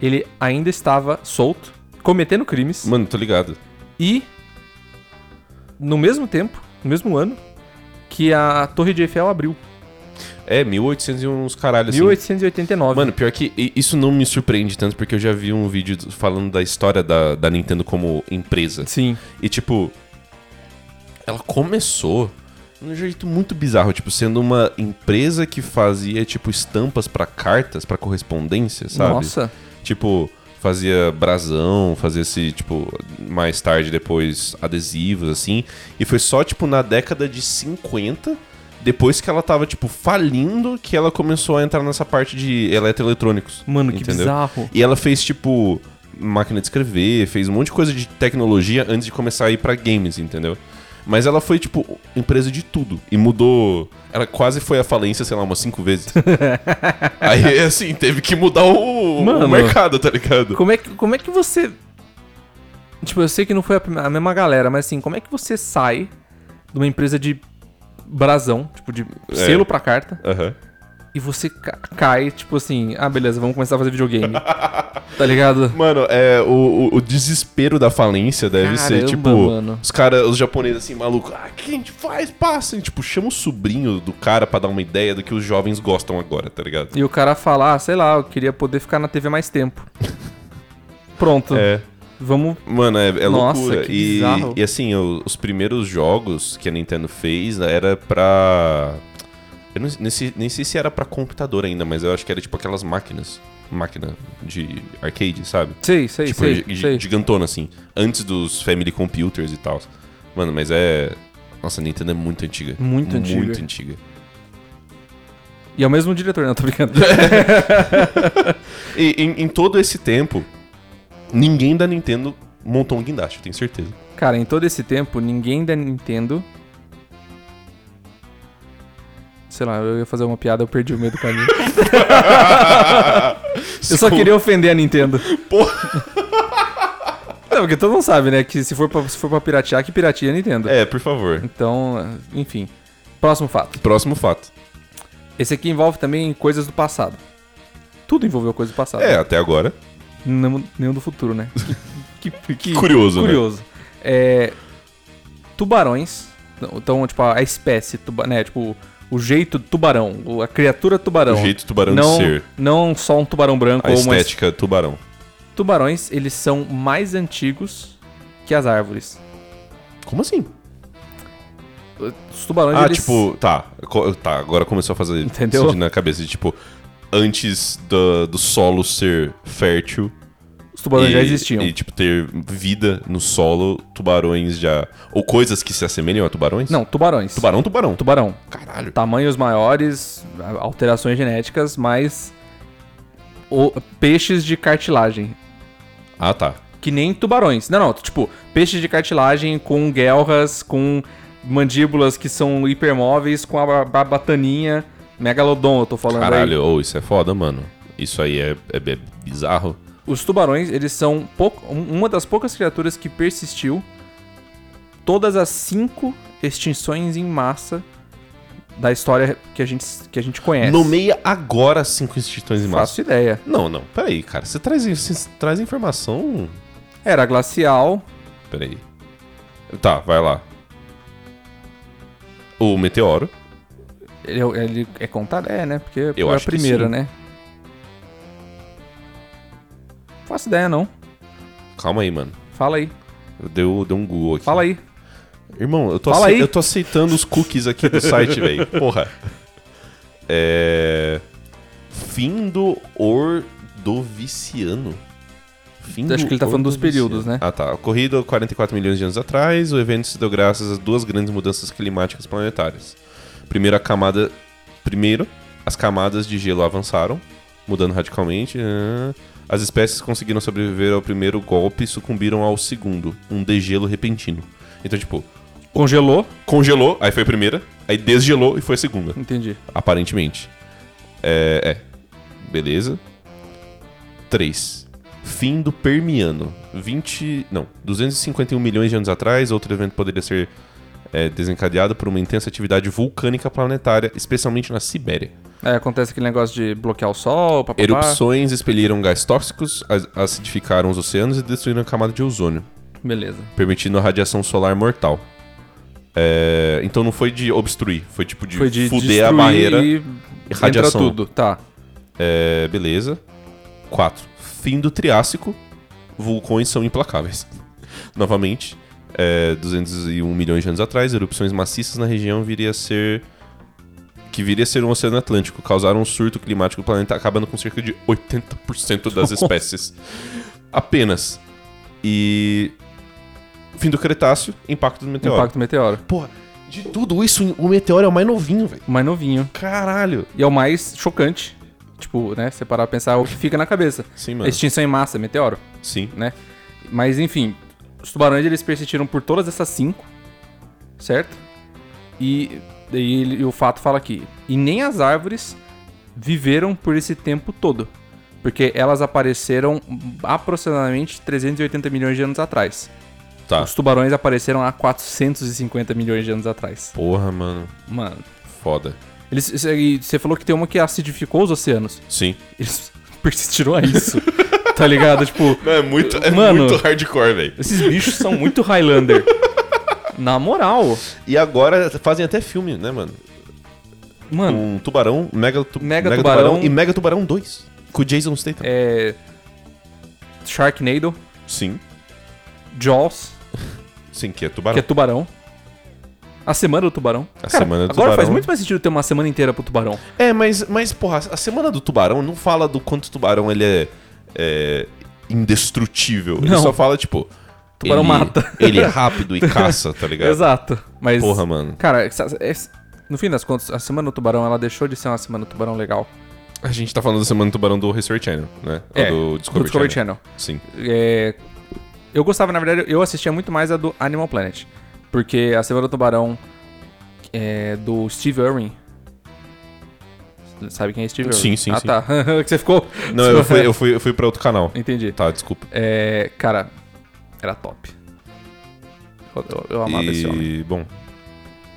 S1: ele ainda estava solto, cometendo crimes,
S2: Mano, tô ligado.
S1: e no mesmo tempo, no mesmo ano, que a Torre de Eiffel abriu,
S2: É, 1800 e uns caralhos, assim.
S1: 1889.
S2: Mano, pior que i- isso não me surpreende tanto, porque eu já vi um vídeo do- falando da história da, da Nintendo como empresa.
S1: Sim,
S2: E, tipo, ela começou de um jeito muito bizarro, tipo, sendo uma empresa que fazia, tipo, estampas pra cartas, pra correspondência, sabe?
S1: nossa.
S2: Tipo, fazia brasão, fazia esse, tipo, mais tarde depois adesivos, assim. E foi só, tipo, na década de 50, depois que ela tava, tipo, falindo, que ela começou a entrar nessa parte de eletroeletrônicos.
S1: Mano, que
S2: entendeu?
S1: bizarro.
S2: E ela fez, tipo, máquina de escrever, fez um monte de coisa de tecnologia antes de começar a ir pra games, entendeu? Mas ela foi, tipo, empresa de tudo. E mudou. Ela quase foi à falência, sei lá, umas cinco vezes. Aí, assim, teve que mudar o, o
S1: Mano.
S2: mercado, tá ligado?
S1: Como é que, como é que você. Tipo, eu sei que não foi a, prime- a mesma galera, mas assim, como é que você sai de uma empresa de brasão, tipo, de
S2: É.
S1: selo pra carta.
S2: Aham.
S1: E você ca- cai, tipo assim, ah, beleza, vamos começar a fazer videogame. tá ligado?
S2: Mano, é, o, o- o desespero da falência deve ser,
S1: Caramba,
S2: tipo,
S1: mano.
S2: os caras, os japoneses assim, maluco, ah, o que a gente faz? Passa. E, tipo, chama o sobrinho do cara pra dar uma ideia do que os jovens gostam agora, tá ligado?
S1: E o cara fala, ah, sei lá, eu queria poder ficar na TV mais tempo. Pronto.
S2: É.
S1: Vamos.
S2: Mano, é, é
S1: Nossa,
S2: loucura.
S1: que
S2: e,
S1: bizarro.
S2: e assim, o- os primeiros jogos que a Nintendo fez era pra. Eu não- nem, sei, nem sei se era pra computador ainda, mas eu acho que era tipo aquelas máquinas. Máquina de arcade, sabe?
S1: Sei, sei,
S2: tipo,
S1: sei.
S2: gi-
S1: sei.
S2: gigantona, assim. Antes dos Family Computers e tal. Mano, mas é. Nossa, a Nintendo é muito antiga.
S1: Muito antiga.
S2: Muito antiga.
S1: E é o mesmo diretor, não, tô brincando.
S2: E em, em todo esse tempo, ninguém da Nintendo montou um guindaste, eu tenho certeza.
S1: Cara, em todo esse tempo, ninguém da Nintendo. Sei lá, eu ia fazer uma piada, eu perdi o meio do caminho. eu só queria ofender a Nintendo. Não, porque todo mundo sabe, né? Que se for pra, se for pra piratear, que pirateia a Nintendo.
S2: É, por favor.
S1: Então, enfim. Próximo fato.
S2: Próximo fato.
S1: Esse aqui envolve também coisas do passado. Tudo envolveu coisas do passado.
S2: É, até agora.
S1: Nenhum, nenhum do futuro, né? Que, que- que-
S2: Curioso, né?
S1: Curioso. É, tubarões. Então, tipo, a espécie, tuba, né? Tipo, o jeito do tubarão, o- a criatura tubarão.
S2: O jeito do tubarão
S1: Então, não,
S2: de ser.
S1: Não só um tubarão branco
S2: A
S1: ou uma.
S2: estética é tubarão.
S1: es- Tubarões, eles são mais antigos que as árvores.
S2: Como assim?
S1: Os tubarões,
S2: ah,
S1: eles...
S2: tipo, tá. co- Tá, agora começou a fazer
S1: Entendeu?
S2: sentido na cabeça. de, Tipo, antes do, do solo ser fértil.
S1: Os tubarões
S2: e,
S1: já existiam.
S2: E, tipo, ter vida no solo, tubarões já. Ou coisas que se assemelham a tubarões?
S1: Não, tubarões.
S2: Tubarão, tubarão.
S1: Tubarão.
S2: Caralho.
S1: Tamanhos maiores, alterações genéticas, mas... o- Peixes de cartilagem.
S2: Ah, tá.
S1: Que nem tubarões. Não, não. Tipo, peixes de cartilagem com guelras, com mandíbulas que são hipermóveis, com a ba- barbataninha. Megalodon, eu tô falando aí.
S2: Caralho, ou isso é foda, mano. Isso aí é, é, é bizarro.
S1: Os tubarões, eles são pouco- um- uma das poucas criaturas que persistiu todas as cinco extinções em massa da história que a gente, que a gente conhece.
S2: Nomeia agora cinco instituições em massa.
S1: Faço ideia.
S2: Não, não. Peraí, cara. Você traz, você traz informação.
S1: Era glacial,
S2: Peraí. Tá, vai lá. O meteoro.
S1: Ele, ele é contado? É, né? Porque
S2: Eu
S1: é
S2: acho
S1: a
S2: que
S1: primeira,
S2: sim.
S1: né? Não faço ideia, não.
S2: Calma aí, mano.
S1: Fala aí.
S2: Eu dei, eu dei um Google aqui.
S1: Fala aí.
S2: Irmão, eu tô,
S1: Fala
S2: acei-
S1: aí.
S2: eu tô aceitando os cookies aqui do site, velho. Porra. É. Fim do Ordoviciano. Fim
S1: Acho
S2: do
S1: que ele tá falando dos
S2: Ordoviciano.
S1: períodos, né?
S2: Ah, tá. Ocorrido 44 milhões de anos atrás, o evento se deu graças a duas grandes mudanças climáticas planetárias. Primeiro, a camada. Primeiro, as camadas de gelo avançaram, mudando radicalmente. Ah. As espécies conseguiram sobreviver ao primeiro golpe e sucumbiram ao segundo, um degelo repentino. Então, tipo,
S1: Congelou.
S2: congelou, aí foi a primeira, aí desgelou e foi a segunda,
S1: Entendi.
S2: aparentemente. É, é. Beleza. 3. Fim do Permiano. 20. Não, 251 milhões de anos atrás, outro evento poderia ser é, desencadeado por uma intensa atividade vulcânica planetária, especialmente na Sibéria.
S1: É, acontece aquele negócio de bloquear o sol, papapá.
S2: Erupções expeliram gás tóxicos, as- acidificaram os oceanos e destruíram a camada de ozônio.
S1: Beleza.
S2: permitindo a radiação solar mortal. É, então não foi de obstruir, foi tipo de,
S1: Foi de
S2: fuder
S1: destruir
S2: a barreira.
S1: e
S2: e radiação.
S1: entra tudo. Tá.
S2: É, beleza. 4. Fim do Triássico. Vulcões são implacáveis. Novamente, é, 201 milhões de anos atrás, erupções maciças na região viria a ser. Que viria a ser um oceano Atlântico, causaram um surto climático do planeta, acabando com cerca de 80% das espécies. Apenas. E. Fim do Cretáceo, impacto do meteoro.
S1: Impacto meteoro.
S2: Porra, de tudo isso, o meteoro é o mais novinho, velho.
S1: O mais novinho.
S2: Caralho.
S1: E é o mais chocante. Tipo, né? Você parar pra pensar é o que fica na cabeça.
S2: Sim, mano.
S1: Extinção em massa, meteoro.
S2: Sim.
S1: né? Mas enfim, os tubarões eles persistiram por todas essas cinco, certo? E daí ele- e o fato fala aqui, e nem as árvores viveram por esse tempo todo, porque elas apareceram aproximadamente 380 milhões de anos atrás.
S2: Tá.
S1: Os tubarões apareceram há 450 milhões de anos atrás.
S2: Porra, mano.
S1: Mano.
S2: Foda.
S1: Eles, e você falou que tem uma que acidificou os oceanos.
S2: Sim.
S1: Eles persistiram a isso. tá ligado? Tipo,
S2: Não, é muito, é
S1: Mano.
S2: muito hardcore, velho.
S1: esses bichos são muito Highlander. Na moral.
S2: E agora fazem até filme, né, mano?
S1: Mano,
S2: Um tubarão, mega, tu-
S1: Mega Tubarão.
S2: e Mega Tubarão 2. Com o Jason Statham.
S1: é. Sharknado,
S2: Sim.
S1: Jaws,
S2: Sim, que é
S1: que é
S2: tubarão.
S1: tubarão. A semana do tubarão.
S2: A Semana do
S1: agora faz
S2: Tubarão.
S1: muito mais sentido ter uma semana inteira pro tubarão.
S2: É, mas, mas, porra, a semana do tubarão não fala do quanto o tubarão ele é, é, indestrutível. Ele
S1: Não.
S2: só fala, tipo.
S1: Tubarão
S2: ele-
S1: mata.
S2: Ele é rápido e caça, tá ligado?
S1: Exato. Mas.
S2: Porra, mano.
S1: Cara, essa- essa- no fim das contas, a semana do tubarão ela deixou de ser uma semana do tubarão legal.
S2: A gente tá falando da semana do tubarão do History Channel, né? Ou
S1: É,
S2: do Discovery,
S1: do Discovery
S2: Channel.
S1: Channel.
S2: Sim.
S1: É, eu gostava, na verdade, eu assistia muito mais a do Animal Planet. Porque a Semana do Tubarão é do Steve Irwin. Sabe quem é Steve Irwin?
S2: Sim, sim,
S1: Ah,
S2: sim.
S1: tá. que você ficou.
S2: Não, eu fui, eu, fui, eu fui pra outro canal.
S1: Entendi.
S2: Tá, desculpa.
S1: É, cara, era top. Eu, eu- eu amava esse homem.
S2: E, bom.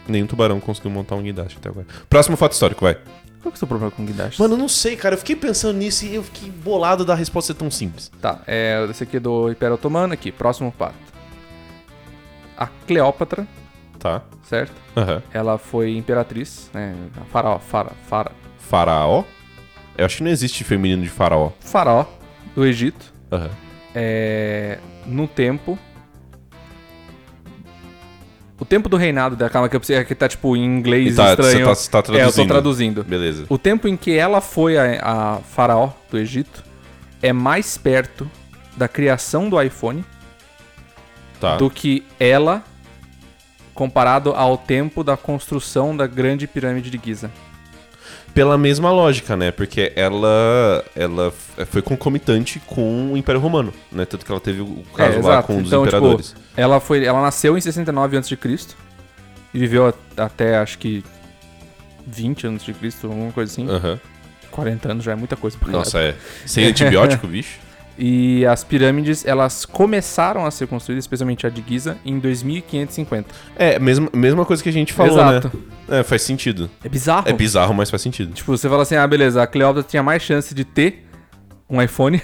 S2: Nenhum tubarão conseguiu montar um guindaste até agora. Próximo fato histórico, vai.
S1: Qual que é o seu problema com o Guindaste?
S2: Mano, eu não sei, cara. Eu fiquei pensando nisso e eu fiquei bolado da resposta ser tão simples.
S1: Tá, é, esse aqui é do Império Otomano, aqui, próximo fato. A Cleópatra,
S2: Tá.
S1: certo?
S2: Aham.
S1: Ela foi imperatriz, né? Faraó, fara, fara,
S2: Faraó? Eu acho que não existe feminino de faraó.
S1: faraó do Egito
S2: Aham.
S1: é, no tempo. O tempo do reinado da calma que eu preciso. É que tá tipo em inglês
S2: E tá-
S1: estranho.
S2: você
S1: É,
S2: tá- você tá
S1: eu tô
S2: traduzindo.
S1: traduzindo.
S2: Beleza.
S1: O tempo em que ela foi a, a faraó do Egito é mais perto da criação do iPhone
S2: Tá.
S1: do que ela comparado ao tempo da construção da grande pirâmide de Giza.
S2: Pela mesma lógica, né? Porque ela, ela f- foi concomitante com o Império Romano, né? Tanto que ela teve o caso
S1: É,
S2: lá
S1: exato.
S2: com um dos
S1: Então, tipo,
S2: imperadores.
S1: Ela foi, ela nasceu em 69 a.C. e viveu a- até acho que 20 anos de Cristo, alguma coisa assim.
S2: Aham.
S1: 40 anos já é muita coisa pra caralho.
S2: Nossa, é. Sem antibiótico, bicho?
S1: E as pirâmides, elas começaram a ser construídas, especialmente a de Giza, em 2550.
S2: É, mesma, mesma coisa que a gente falou,
S1: Exato.
S2: né? É, faz sentido.
S1: É bizarro.
S2: É bizarro, mas faz sentido.
S1: Tipo, você fala assim, ah, beleza, a Cleópatra tinha mais chance de ter um iPhone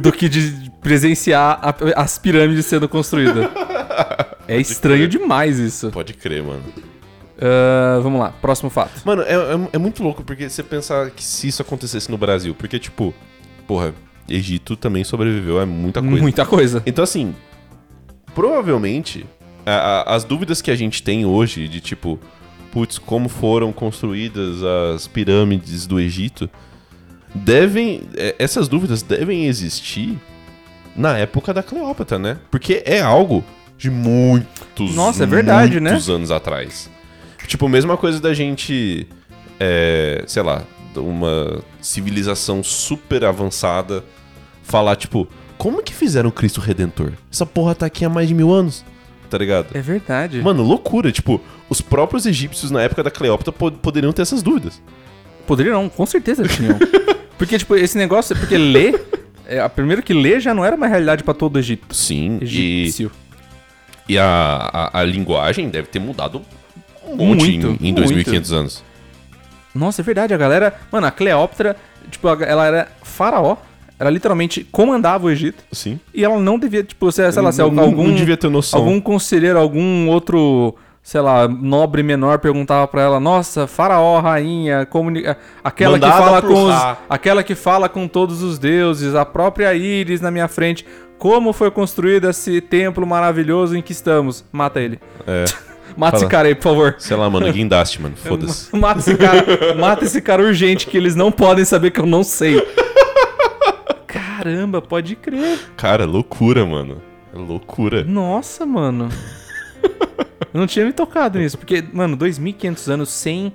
S1: do que de presenciar a- as pirâmides sendo construídas. é estranho demais isso.
S2: Pode crer, mano.
S1: Ah, vamos lá, próximo fato.
S2: Mano, é, é- é muito louco porque você pensar que se isso acontecesse no Brasil, porque, tipo, porra, Egito também sobreviveu a muita coisa.
S1: Muita coisa.
S2: Então, assim, provavelmente, a- a- as dúvidas que a gente tem hoje de tipo, putz, como foram construídas as pirâmides do Egito, devem. é, Essas dúvidas devem existir na época da Cleópatra, né? Porque é algo de muitos,
S1: Nossa, é verdade, né?
S2: muitos anos atrás. Tipo, mesma coisa da gente, é, sei lá, de uma civilização super avançada falar, tipo, como que fizeram o Cristo Redentor? Essa porra tá aqui há mais de mil anos, tá ligado?
S1: É verdade.
S2: Mano, loucura. Tipo, os próprios egípcios na época da Cleópatra po- poderiam ter essas dúvidas.
S1: Poderia não, com certeza tinham. porque, tipo, esse negócio, porque ler, é, a- primeiro que ler já não era uma realidade pra todo o Egito.
S2: Sim, e,
S1: Egípcio.
S2: e a, a, a linguagem deve ter mudado um monte em-
S1: Muito,
S2: em,
S1: muito.
S2: 2.500 anos.
S1: Nossa, é verdade, a galera. Mano, a Cleópatra, tipo, a- ela era faraó. Ela literalmente comandava o Egito.
S2: Sim.
S1: E ela não devia, tipo, sei, sei lá, se algum.
S2: não, não devia ter noção.
S1: algum conselheiro, algum outro, sei lá, nobre menor perguntava pra ela: "Nossa, faraó, rainha, comunica aquela que
S2: Mandada
S1: fala
S2: por
S1: com os,
S2: Ra.
S1: aquela que fala com todos os deuses, a própria Íris na minha frente, como foi construído esse templo maravilhoso em que estamos? Mata ele.
S2: É,
S1: Mata
S2: Fala.
S1: esse cara aí, por favor.
S2: sei lá, mano, guindaste, mano. Foda-se.
S1: Mata esse cara, mata esse cara urgente que eles não podem saber que eu não sei. Caramba, pode crer.
S2: Cara, loucura, mano. É Loucura.
S1: Nossa, mano. Eu não tinha me tocado nisso, porque, mano, 2.500 anos sem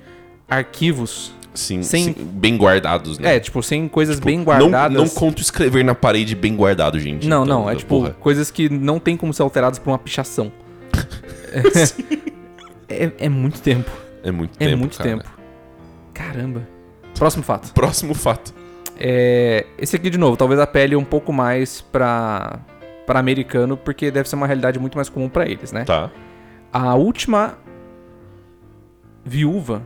S1: arquivos.
S2: Sim,
S1: Sem-
S2: sim, bem guardados, né?
S1: É, tipo, sem coisas
S2: Tipo,
S1: bem
S2: não-
S1: guardadas.
S2: Não, conto escrever na parede bem guardado, gente.
S1: não,
S2: Então,
S1: não, é
S2: da
S1: tipo,
S2: porra.
S1: coisas que não tem como ser alteradas por uma pichação. É, é- é muito tempo.
S2: É muito
S1: É
S2: tempo.
S1: muito
S2: cara.
S1: tempo. Caramba. Próximo fato.
S2: Próximo fato.
S1: É, esse aqui, de novo, talvez apele um pouco mais pra, para americano, porque deve ser uma realidade muito mais comum pra eles, né?
S2: Tá.
S1: A última viúva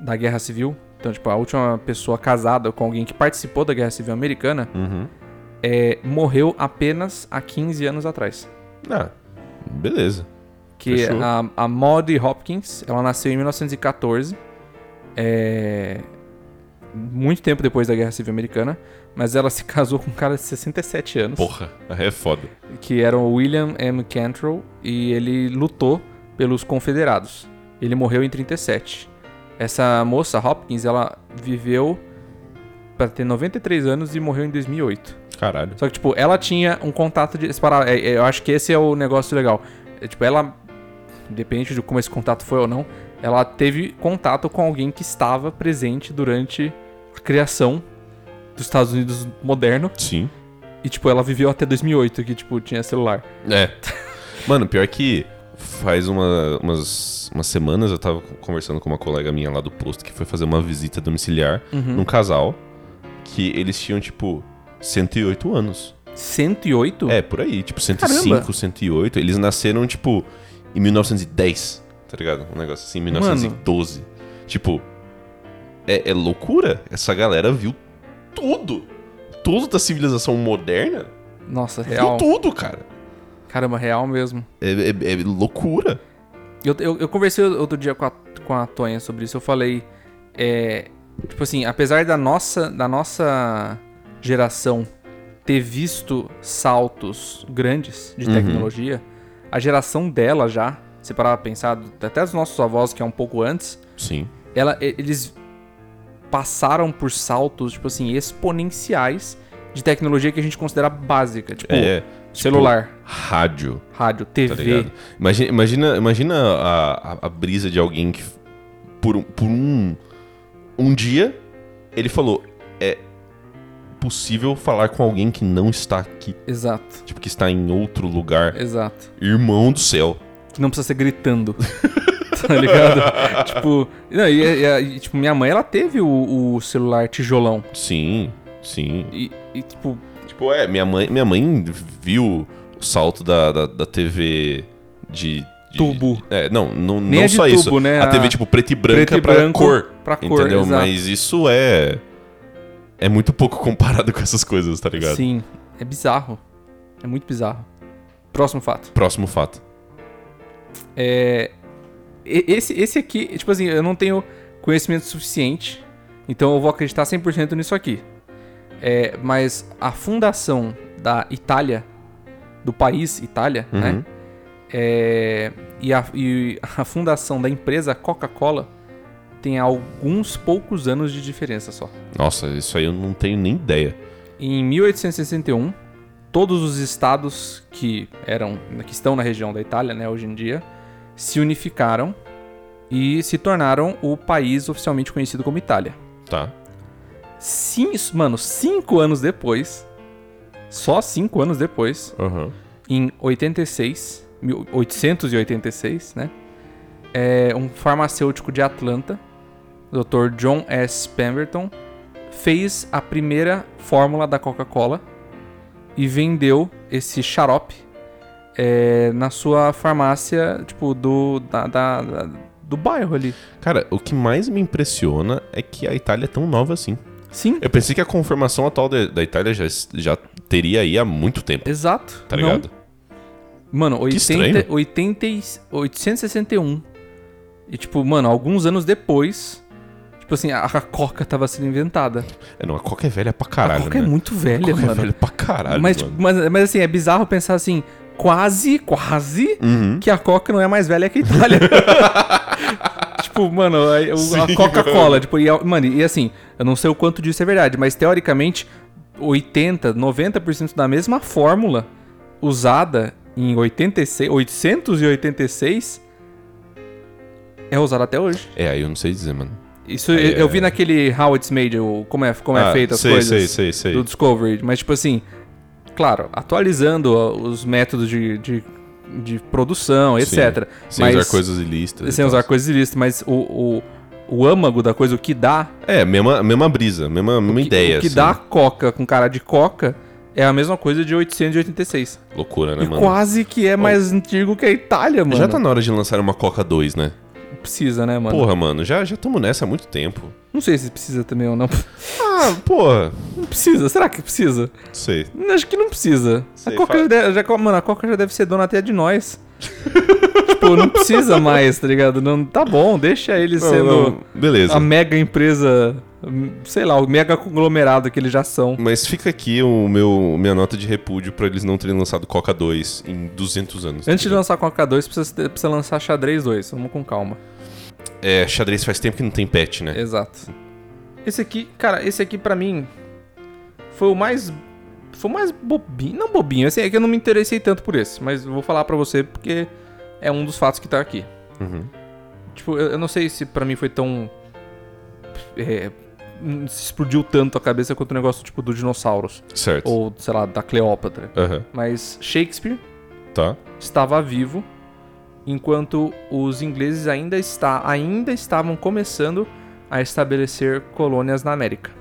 S1: da Guerra Civil, então, tipo, a última pessoa casada com alguém que participou da Guerra Civil Americana,
S2: Uhum.
S1: é, morreu apenas há 15 anos atrás.
S2: Ah, beleza.
S1: Que
S2: Fechou.
S1: a, a Maud Hopkins, ela nasceu em 1914. é, Muito tempo depois da Guerra Civil Americana. Mas ela se casou com um cara de 67 anos.
S2: Porra, é foda.
S1: Que era o William M. Cantrell. E ele lutou pelos confederados. Ele morreu em 37. Essa moça, Hopkins, ela viveu pra ter 93 anos e morreu em 2008.
S2: Caralho.
S1: Só que, tipo, ela tinha um contato de. esse pará- é, é, Eu acho que esse é o negócio legal. É, tipo, ela. Independente de como esse contato foi ou não, ela teve contato com alguém que estava presente durante a criação dos Estados Unidos moderno.
S2: Sim.
S1: E, tipo, ela viveu até 2008, que, tipo, tinha celular.
S2: É. Mano, pior que faz uma- umas, umas semanas eu tava conversando com uma colega minha lá do posto que foi fazer uma visita domiciliar
S1: Uhum.
S2: num casal que eles tinham, tipo, 108 anos.
S1: 108?
S2: É, por aí, tipo, 105,
S1: Caramba.
S2: 108. Eles nasceram, tipo, em 1910, tá ligado? Um negócio assim, 1912. Tipo, é, é loucura. Essa galera viu tudo. Tudo da civilização moderna.
S1: Nossa,
S2: Viu
S1: real.
S2: tudo, cara.
S1: Caramba, real mesmo.
S2: É, é- é loucura.
S1: Eu, eu, eu conversei outro dia com a, com a Tonha sobre isso. Eu falei. é, tipo assim, apesar da nossa, da nossa geração ter visto saltos grandes de
S2: Uhum.
S1: tecnologia, a geração dela já, se parar pra pensar, até os nossos avós, que é um pouco antes,
S2: Sim.
S1: ela, e- eles passaram por saltos, tipo assim, exponenciais de tecnologia que a gente considera básica. Tipo,
S2: É,
S1: celular,
S2: rádio,
S1: rádio,
S2: tá
S1: TV.
S2: ligado? Imagina, imagina, imagina a, a- a brisa de alguém que por, um- por um, um dia ele falou, é possível falar com alguém que não está aqui,
S1: exato,
S2: tipo, que está em outro lugar.
S1: exato.
S2: Irmão do céu.
S1: que não precisa ser gritando. tá ligado? tipo, não, e, e- e, tipo, minha mãe ela teve o, o celular tijolão.
S2: Sim, sim.
S1: E, e, tipo,
S2: Tipo, é, minha mãe, minha mãe viu o salto da, da, da TV de... de-
S1: Tubo.
S2: É, não, não,
S1: Nem
S2: não
S1: é de
S2: só
S1: tubo,
S2: isso.
S1: né?
S2: A
S1: A-
S2: TV, tipo, preto e branca
S1: preto e
S2: pra
S1: branco
S2: cor.
S1: pra cor,
S2: entendeu?
S1: exato.
S2: Mas isso é é muito pouco comparado com essas coisas, tá ligado?
S1: sim, é bizarro. É muito bizarro. Próximo fato.
S2: Próximo fato.
S1: E- esse, esse aqui, tipo assim, eu não tenho conhecimento suficiente, então eu vou acreditar 100% nisso aqui. É, mas a fundação da Itália, do país Itália, né? É, e, a, e a fundação da empresa Coca-Cola tem alguns poucos anos de diferença só.
S2: Nossa, isso aí eu não tenho nem ideia.
S1: Em 1861, todos os estados que eram que estão na região da Itália, né, hoje em dia, se unificaram e se tornaram o país oficialmente conhecido como Itália.
S2: Tá.
S1: Sim, mano, cinco anos depois, só cinco anos depois,
S2: Aham.
S1: em 86, 1886, né? É, um farmacêutico de Atlanta, Dr. John S. Pemberton, fez a primeira fórmula da Coca-Cola e vendeu esse xarope é, na sua farmácia, tipo, do, da- da- da- do bairro ali.
S2: Cara, o que mais me impressiona é que a Itália é tão nova assim.
S1: Sim,
S2: Eu pensei que a conformação atual da, da Itália já, já teria aí há muito tempo,
S1: exato.
S2: tá
S1: Não-
S2: ligado?
S1: Mano,
S2: Que
S1: 80,
S2: estranho.
S1: 80, e- 861. E, tipo, mano, alguns anos depois, tipo assim, a, a Coca tava sendo inventada.
S2: É, não, a Coca é velha pra
S1: a
S2: caralho,
S1: Coca
S2: né?
S1: é muito
S2: A
S1: velha,
S2: Coca é
S1: mano.
S2: velha pra caralho,
S1: mas,
S2: mano.
S1: tipo, mas, mas, assim, é bizarro pensar assim, quase, quase
S2: Uhum.
S1: que a Coca não é mais velha que a Itália. tipo, mano, a, o- a
S2: Sim,
S1: Coca-Cola. Tipo, e, a- mano, e assim, eu não sei o quanto disso é verdade, mas teoricamente, 80, 90% da mesma fórmula usada em 86, 886 é usada até hoje.
S2: É, aí eu não sei dizer, mano.
S1: Isso eu, eu vi naquele How It's Made, o, como é, como é
S2: é. Ah,
S1: feito as
S2: sei,
S1: coisas
S2: Sei, sei, sei,
S1: do Discovery. Mas, tipo assim, claro, atualizando ó, os métodos de, de, de produção,
S2: Sim.
S1: etc.
S2: Sem
S1: mas,
S2: usar coisas ilícitas. e
S1: Sem
S2: tal.
S1: usar coisas ilícitas, mas o, o, o âmago da coisa, o que dá.
S2: É, mesma, mesma brisa, mesma, mesma
S1: que-
S2: ideia.
S1: O que
S2: assim.
S1: dá coca com cara de coca É a mesma coisa de 886.
S2: Loucura, né,
S1: E
S2: mano?
S1: quase que é mais antigo que a Itália, mano.
S2: Já tá na hora de lançar uma Coca 2, né?
S1: Precisa, né, mano?
S2: Porra, mano, já estamos nessa há muito tempo.
S1: Não sei se precisa também ou não.
S2: Ah, porra.
S1: Não precisa. Será que precisa?
S2: Não sei.
S1: Acho que não precisa.
S2: Sei,
S1: a Coca
S2: fa-
S1: já deve, já, co- mano, a Coca já deve ser dona até de nós. tipo, não precisa mais, tá ligado? Não, tá bom, deixa ele
S2: Não,
S1: sendo
S2: não, Beleza.
S1: a mega empresa, hum, sei lá, o mega conglomerado que eles já são.
S2: Mas fica aqui o meu, minha nota de repúdio pra eles não terem lançado Coca 2 em 200 anos.
S1: Antes de lançar Coca 2, precisa, precisa lançar Xadrez 2. Vamos com calma.
S2: É, xadrez faz tempo que não tem pet, né?
S1: Exato. Esse aqui, cara, esse aqui pra mim foi o mais. Foi o mais bobinho. Não bobinho, assim, é que eu não me interessei tanto por esse, mas eu vou falar pra você porque é um dos fatos que tá aqui.
S2: Uhum.
S1: Tipo, eu, eu não sei se pra mim foi tão. É, hum, se explodiu tanto a cabeça quanto o negócio tipo do dinossauros.
S2: Certo.
S1: Ou, sei lá, da Cleópatra.
S2: Aham,
S1: Mas Shakespeare
S2: tá.
S1: estava vivo, enquanto os ingleses ainda, está, ainda estavam começando a estabelecer colônias na América.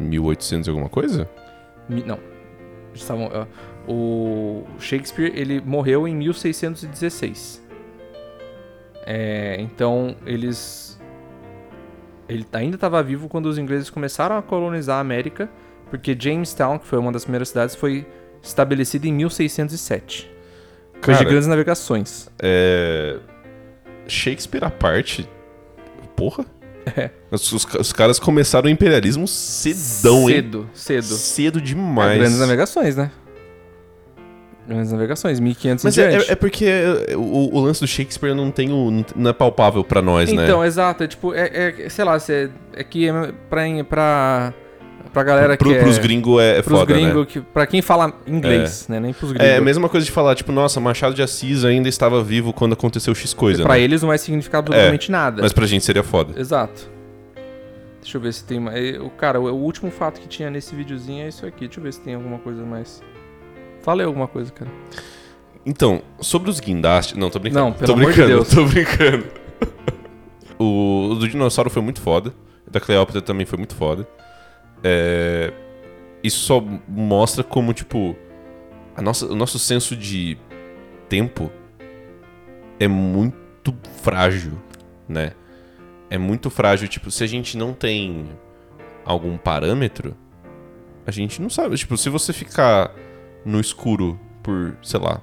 S2: 1800 e alguma coisa?
S1: Mi- Não. Estavam, ah, o Shakespeare ele morreu em 1616. É, então eles ele tá- ainda estava vivo quando os ingleses começaram a colonizar a América, porque Jamestown, que foi uma das primeiras cidades, foi estabelecida em 1607. Depois de
S2: Cara.
S1: grandes navegações.
S2: É. Shakespeare à parte. Porra?
S1: É.
S2: Os, os ca- os caras começaram o imperialismo cedão, hein?
S1: cedo, cedo.
S2: Cedo
S1: É,
S2: demais.
S1: Grandes navegações, né? Grandes navegações, 1500
S2: Mas
S1: e
S2: é,
S1: diante.
S2: é- é porque é, o, o lance do Shakespeare não tem o, não é palpável pra nós,
S1: então,
S2: né?
S1: exato. É tipo, é, é- sei lá, se é, é que é pra, em- pra, pra galera
S2: Pro,
S1: que
S2: pros
S1: é...
S2: gringos é, é
S1: Pros
S2: foda, né?
S1: gringos, que, pra quem fala inglês, né? Nem pros gringos.
S2: É a mesma coisa de falar, tipo, nossa, Machado de Assis ainda estava vivo quando aconteceu X coisa,
S1: pra
S2: né? É,
S1: eles não vai significar absolutamente nada.
S2: Mas pra gente seria foda.
S1: Exato. Deixa eu ver se tem mais. eh, o- Cara, o, o último fato que tinha nesse videozinho é isso aqui. Deixa eu ver se tem alguma coisa mais. Falei alguma coisa, cara.
S2: Então, sobre os guindastes... Não, tô brincando.
S1: Não, pelo
S2: tô
S1: amor de
S2: brincando,
S1: Deus.
S2: Tô brincando. o, o do dinossauro foi muito foda. O da Cleópatra também foi muito foda. É, Isso só mostra como, tipo... a nossa- o nosso senso de tempo é muito frágil, né? É muito frágil. Tipo, se a gente não tem algum parâmetro, a gente não sabe. Tipo, se você ficar no escuro por, sei lá,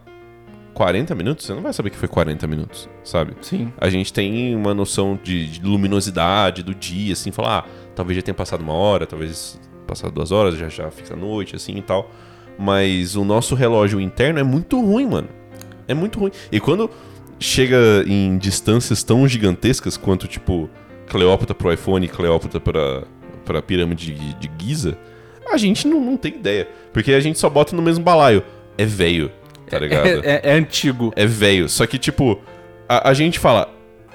S2: 40 minutos, você não vai saber que foi 40 minutos, sabe?
S1: Sim.
S2: A gente tem uma noção de, de luminosidade do dia, assim, falar, ah, talvez já tenha passado uma hora, talvez passado duas horas, já já fica noite, assim e tal. Mas o nosso relógio interno é muito ruim, mano. É muito ruim. E quando chega em distâncias tão gigantescas quanto, tipo, Cleópatra pro iPhone e Cleópatra pra, pra pirâmide de, de Giza, a gente não, não tem ideia. Porque a gente só bota no mesmo balaio. É velho, tá ligado?
S1: É, é- é antigo.
S2: É velho. Só que, tipo, a, a gente fala,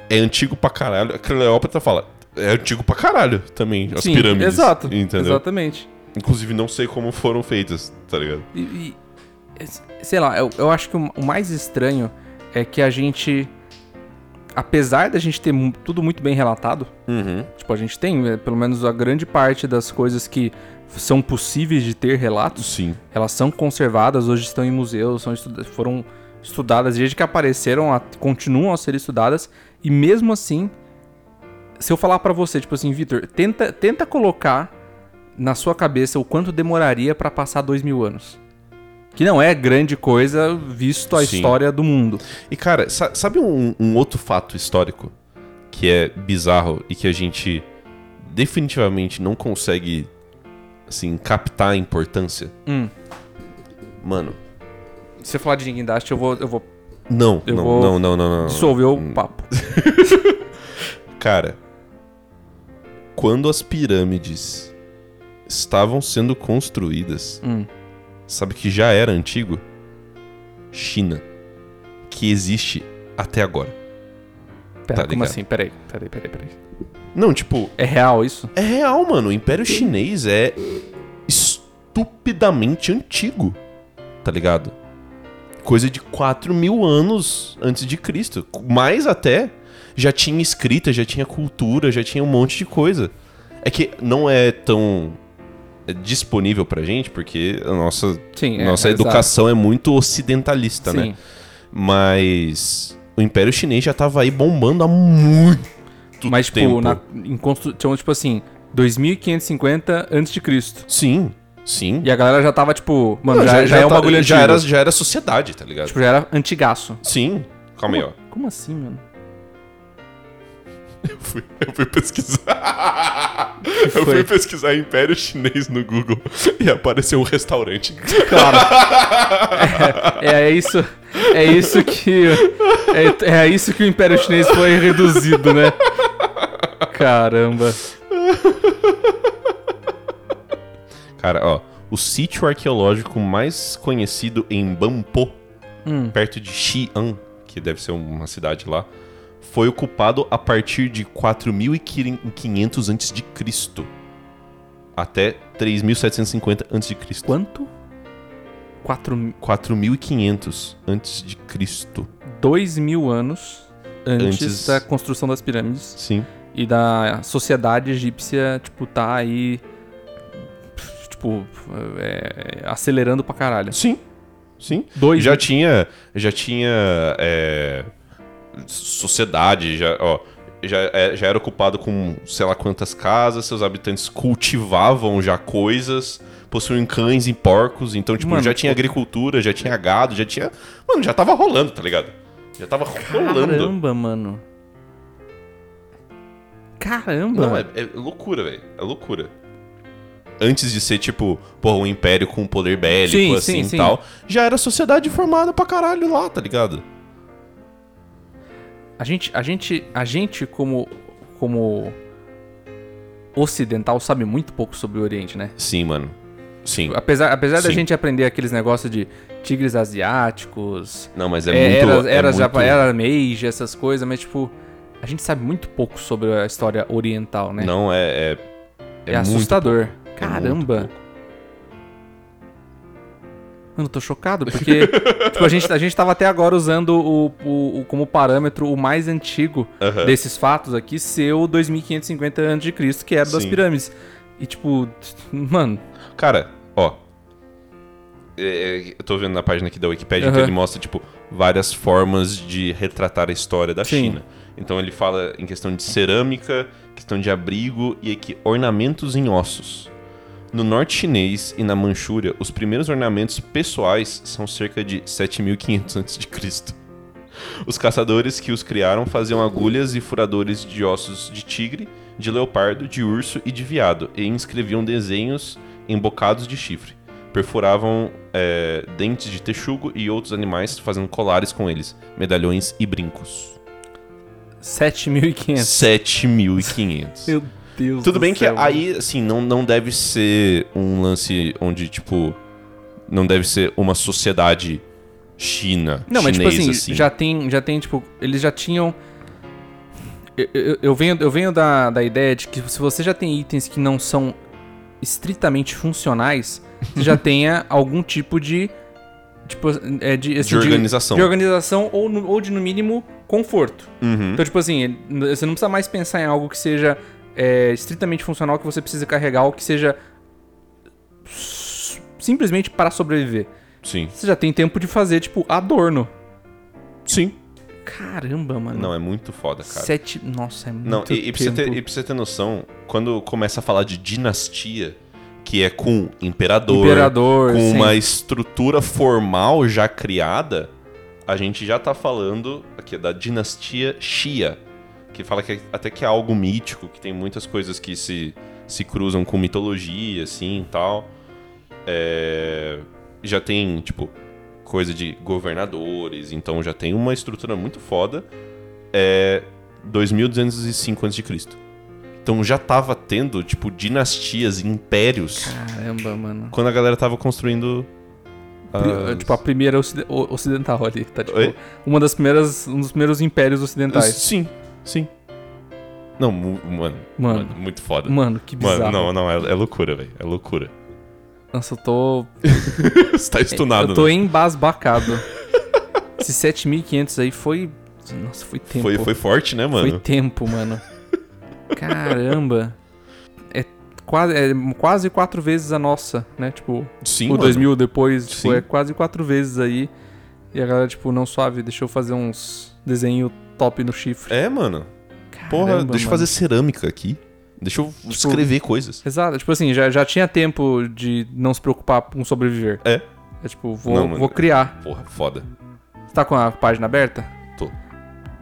S2: é antigo pra caralho. A Cleópatra fala, é antigo pra caralho também, as
S1: Sim,
S2: pirâmides.
S1: Exato.
S2: Entendeu?
S1: Exatamente.
S2: Inclusive, não sei como foram feitas, tá ligado?
S1: E, e- sei lá, eu, eu acho que o, o mais estranho é que a gente, apesar da gente ter mu- tudo muito bem relatado,
S2: Uhum.
S1: tipo, a gente tem eh, pelo menos a grande parte das coisas que são possíveis de ter relatos,
S2: Sim.
S1: elas são conservadas, hoje estão em museus, são estuda- foram estudadas desde que apareceram, a- continuam a ser estudadas, e mesmo assim, se eu falar pra você, tipo assim, Vitor, tenta, tenta colocar na sua cabeça o quanto demoraria pra passar dois mil anos. Que não é grande coisa, visto a
S2: Sim.
S1: história do mundo.
S2: E, cara, sa- sabe um, um outro fato histórico que é bizarro e que a gente definitivamente não consegue, assim, captar a importância?
S1: Hum.
S2: Mano,
S1: Se eu falar de guindaste, eu vou, eu vou
S2: não,
S1: Eu
S2: não,
S1: vou
S2: não, não, não, não, não.
S1: dissolver o papo.
S2: Tá Cara, quando as pirâmides estavam sendo construídas,
S1: Hum.
S2: sabe que já era antigo? China, que existe até agora.
S1: Pera,
S2: Tá
S1: como
S2: ligado.
S1: assim? Peraí, peraí, peraí, peraí.
S2: Não, tipo,
S1: É real isso?
S2: é real, mano. O Império Chinês é estupidamente antigo, tá ligado? Coisa de 4 mil anos antes de Cristo. Mais até, já tinha escrita, já tinha cultura, já tinha um monte de coisa. É que não é tão é, disponível pra gente, porque a nossa,
S1: Sim, é,
S2: nossa
S1: é,
S2: educação é muito ocidentalista,
S1: Sim.
S2: né? Mas o Império Chinês já tava aí bombando há muito
S1: Mas, tipo,
S2: tempo.
S1: na, em constru... tinha, tipo assim, 2550 a.C.
S2: Sim, sim.
S1: E a galera já tava, tipo, mano,
S2: Não,
S1: já, já, é um
S2: tá-
S1: bagulho
S2: já
S1: antigo.
S2: era, já era sociedade, tá ligado?
S1: Tipo, já era antigaço.
S2: Sim. Calma aí, ó.
S1: Como, como assim, mano?
S2: Eu fui, eu fui pesquisar. eu
S1: foi?
S2: fui pesquisar Império Chinês no Google e apareceu um restaurante.
S1: Claro. É, é isso. É isso que. É, é a isso que o Império Chinês foi reduzido, né? Caramba.
S2: Cara, ó. O sítio arqueológico mais conhecido em Bampo,
S1: Hum.
S2: perto de Xi'an, que deve ser uma cidade lá, foi ocupado a partir de 4500 a.C. até 3750 a.C.
S1: Quanto? 4
S2: 4500 antes de Cristo.
S1: 2 mil anos antes,
S2: Antes.
S1: da construção das pirâmides
S2: Sim.
S1: e da sociedade egípcia, tipo, tá aí. pf, Tipo, é, acelerando pra caralho.
S2: Sim. Sim.
S1: Dois
S2: Já tinha, já tinha é, sociedade, já, ó, já, é- já era ocupado com sei lá quantas casas, seus habitantes cultivavam já coisas, possuíam cães e porcos, então tipo,
S1: Mano,
S2: já tinha agricultura, já tinha gado, já tinha... Mano, já tava rolando, tá ligado? Já tava rolando.
S1: Caramba, mano. Caramba.
S2: Não, é, é loucura, velho. É loucura. Antes de ser, tipo, porra, um império com poder bélico,
S1: Sim, sim,
S2: assim
S1: sim.
S2: e tal, já era sociedade formada pra caralho lá, tá ligado?
S1: A gente, a gente, a gente como, como ocidental sabe muito pouco sobre o Oriente, né?
S2: Sim, mano. Sim.
S1: Apesar, apesar da
S2: Sim.
S1: gente aprender aqueles negócios de tigres asiáticos,
S2: Não, mas é,
S1: é,
S2: muito.
S1: eras,
S2: é
S1: eras
S2: muito-
S1: japa- era Meiji, essas coisas, mas tipo, a gente sabe muito pouco sobre a história oriental, né?
S2: Não, é. É,
S1: é,
S2: é muito-
S1: assustador.
S2: é
S1: Caramba.
S2: muito
S1: Mano, eu tô chocado, porque tipo, a, gente, a gente tava até agora usando o, o- o- como parâmetro o mais antigo
S2: Aham.
S1: desses fatos aqui ser o 2550 a.C., que era das
S2: Sim.
S1: pirâmides. E tipo, t- mano,
S2: Cara, ó. É, é, eu tô vendo na página aqui da Wikipédia, então
S1: Aham.
S2: ele mostra, tipo, várias formas de retratar a história da
S1: Sim.
S2: China. Então ele fala em questão de cerâmica, questão de abrigo e aqui, ornamentos em ossos. No norte chinês e na Manchúria, os primeiros ornamentos pessoais são cerca de 7500 a.C. Os caçadores que os criaram faziam agulhas e furadores de ossos de tigre, de leopardo, de urso e de viado, e inscreviam desenhos em bocados de chifre. Perfuravam é, dentes de texugo e outros animais, fazendo colares com eles, medalhões e brincos.
S1: 7500.
S2: 7.500.
S1: Meu Deus
S2: Tudo
S1: do
S2: bem que
S1: céu, mano.
S2: aí, assim, não, não deve ser um lance onde, tipo, não deve ser uma sociedade china,
S1: Não, mas
S2: chinesa,
S1: tipo assim,
S2: assim.
S1: já tem, já tem, tipo, eles já tinham. Eu, eu- eu venho, eu venho da, da ideia de que se você já tem itens que não são estritamente funcionais, você já tenha algum tipo de. Tipo, é de, assim,
S2: de organização.
S1: de organização ou, no- ou de, no mínimo, conforto.
S2: Uhum.
S1: Então, tipo assim, ele- você não precisa mais pensar em algo que seja é, estritamente funcional, que você precisa carregar, ou que seja s- simplesmente para sobreviver.
S2: Sim.
S1: Você já tem tempo de fazer, tipo, adorno.
S2: Sim.
S1: Caramba, mano.
S2: Não, é muito foda, cara.
S1: Sete. Nossa, Ah. é muito.
S2: Não, e, e pra você ter,
S1: tempo.
S2: e pra você ter noção, quando começa a falar de dinastia, que é com imperador,
S1: Imperador,
S2: com
S1: sim.
S2: uma estrutura formal já criada, a gente já tá falando aqui da dinastia Xia, que fala que é- até que é algo mítico, que tem muitas coisas que se, se cruzam com mitologia, assim, e tal. É, já tem, tipo, coisa de governadores, então já tem uma estrutura muito foda. É 2205 a.C. Então já tava tendo, tipo, dinastias, impérios
S1: Caramba, mano.
S2: quando a galera tava construindo.
S1: Pri-
S2: as-
S1: Tipo, a primeira ocide- o- ocidental ali. Tá, tipo,
S2: Ah, Oi?
S1: uma das primeiras. Um dos primeiros impérios ocidentais.
S2: Sim, sim. Não, mu- mano,
S1: Mano.
S2: mano. muito foda.
S1: Mano, que bizarro.
S2: Mano, não, não, é, é loucura, velho. É loucura.
S1: Nossa, eu tô.
S2: Você tá estunado,
S1: É, eu tô
S2: né?
S1: embasbacado. Esse 7500 aí foi. Nossa, foi tempo.
S2: Foi, foi forte, né,
S1: Foi
S2: mano?
S1: tempo, mano. Caramba. É quase, é quase quatro vezes a nossa, né? Tipo,
S2: Sim,
S1: o
S2: mano.
S1: 2000 depois, tipo,
S2: Sim.
S1: é quase quatro vezes aí. E a galera, tipo, não suave, deixa eu fazer uns desenho top no chifre.
S2: É, mano.
S1: Caramba,
S2: Porra, deixa eu
S1: mano. Tipo,
S2: fazer cerâmica aqui. Deixa eu escrever coisas.
S1: Exato, tipo assim, já, já tinha tempo de não se preocupar com sobreviver.
S2: É.
S1: É tipo, vou,
S2: Não, mano.
S1: vou criar.
S2: Porra, foda.
S1: Você tá com a página aberta?
S2: Tô.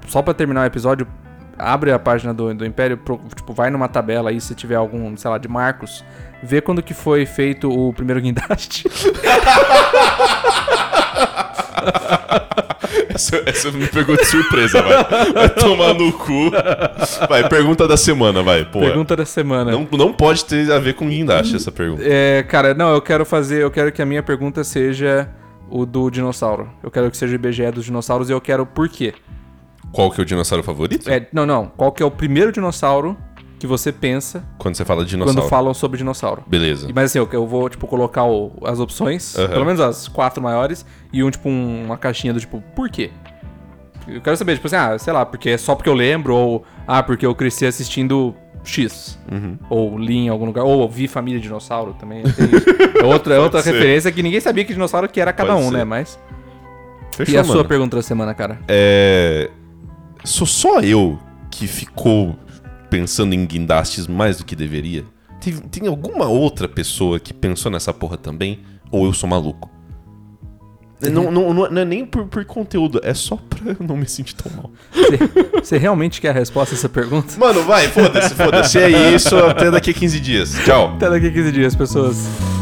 S1: Só pra terminar o episódio, abre a página do, do Império, pro- tipo, vai numa tabela aí, se tiver algum, sei lá, de Marcos, vê quando que foi feito o primeiro guindaste.
S2: Essa, essa me pegou de surpresa, vai. Vai tomar no cu. Vai, pergunta da semana, vai. Pô, é
S1: Pergunta da semana.
S2: não, não pode ter a ver com guindaste essa pergunta.
S1: É, cara, não, eu quero fazer, eu quero que a minha pergunta seja o do dinossauro. Eu quero que seja o IBGE dos dinossauros e eu quero o porquê.
S2: Qual que é o dinossauro favorito?
S1: É, não, não, qual que é o primeiro dinossauro que você pensa
S2: Quando você fala de dinossauro.
S1: quando falam sobre dinossauro?
S2: Beleza.
S1: E- Mas assim, eu, eu vou, tipo, colocar o- as opções,
S2: Aham.
S1: pelo menos as quatro maiores, e um, tipo, um- uma caixinha do tipo, por quê? Eu quero saber, tipo assim, ah, sei lá, porque é só porque eu lembro, ou ah, porque eu cresci assistindo X.
S2: Uhum.
S1: Ou li em algum lugar, ou vi Família Dinossauro também. tem isso. É outra, é outra
S2: Pode ser.
S1: referência que ninguém sabia que dinossauro que era cada
S2: Pode
S1: um,
S2: ser.
S1: né? Mas.
S2: Fechou,
S1: e a
S2: mano.
S1: sua pergunta da semana, cara?
S2: É. Sou só eu que ficou pensando em guindastes mais do que deveria? Teve- Tem, alguma outra pessoa que pensou nessa porra também? Ou eu sou maluco? É, Não, não, não é- não é nem por, por conteúdo, é só pra eu não me sentir tão mal.
S1: Você, você realmente quer a resposta a essa pergunta?
S2: Mano, vai, foda-se, foda-se. É isso, até daqui a 15 dias. Tchau.
S1: Até daqui a 15 dias, pessoas.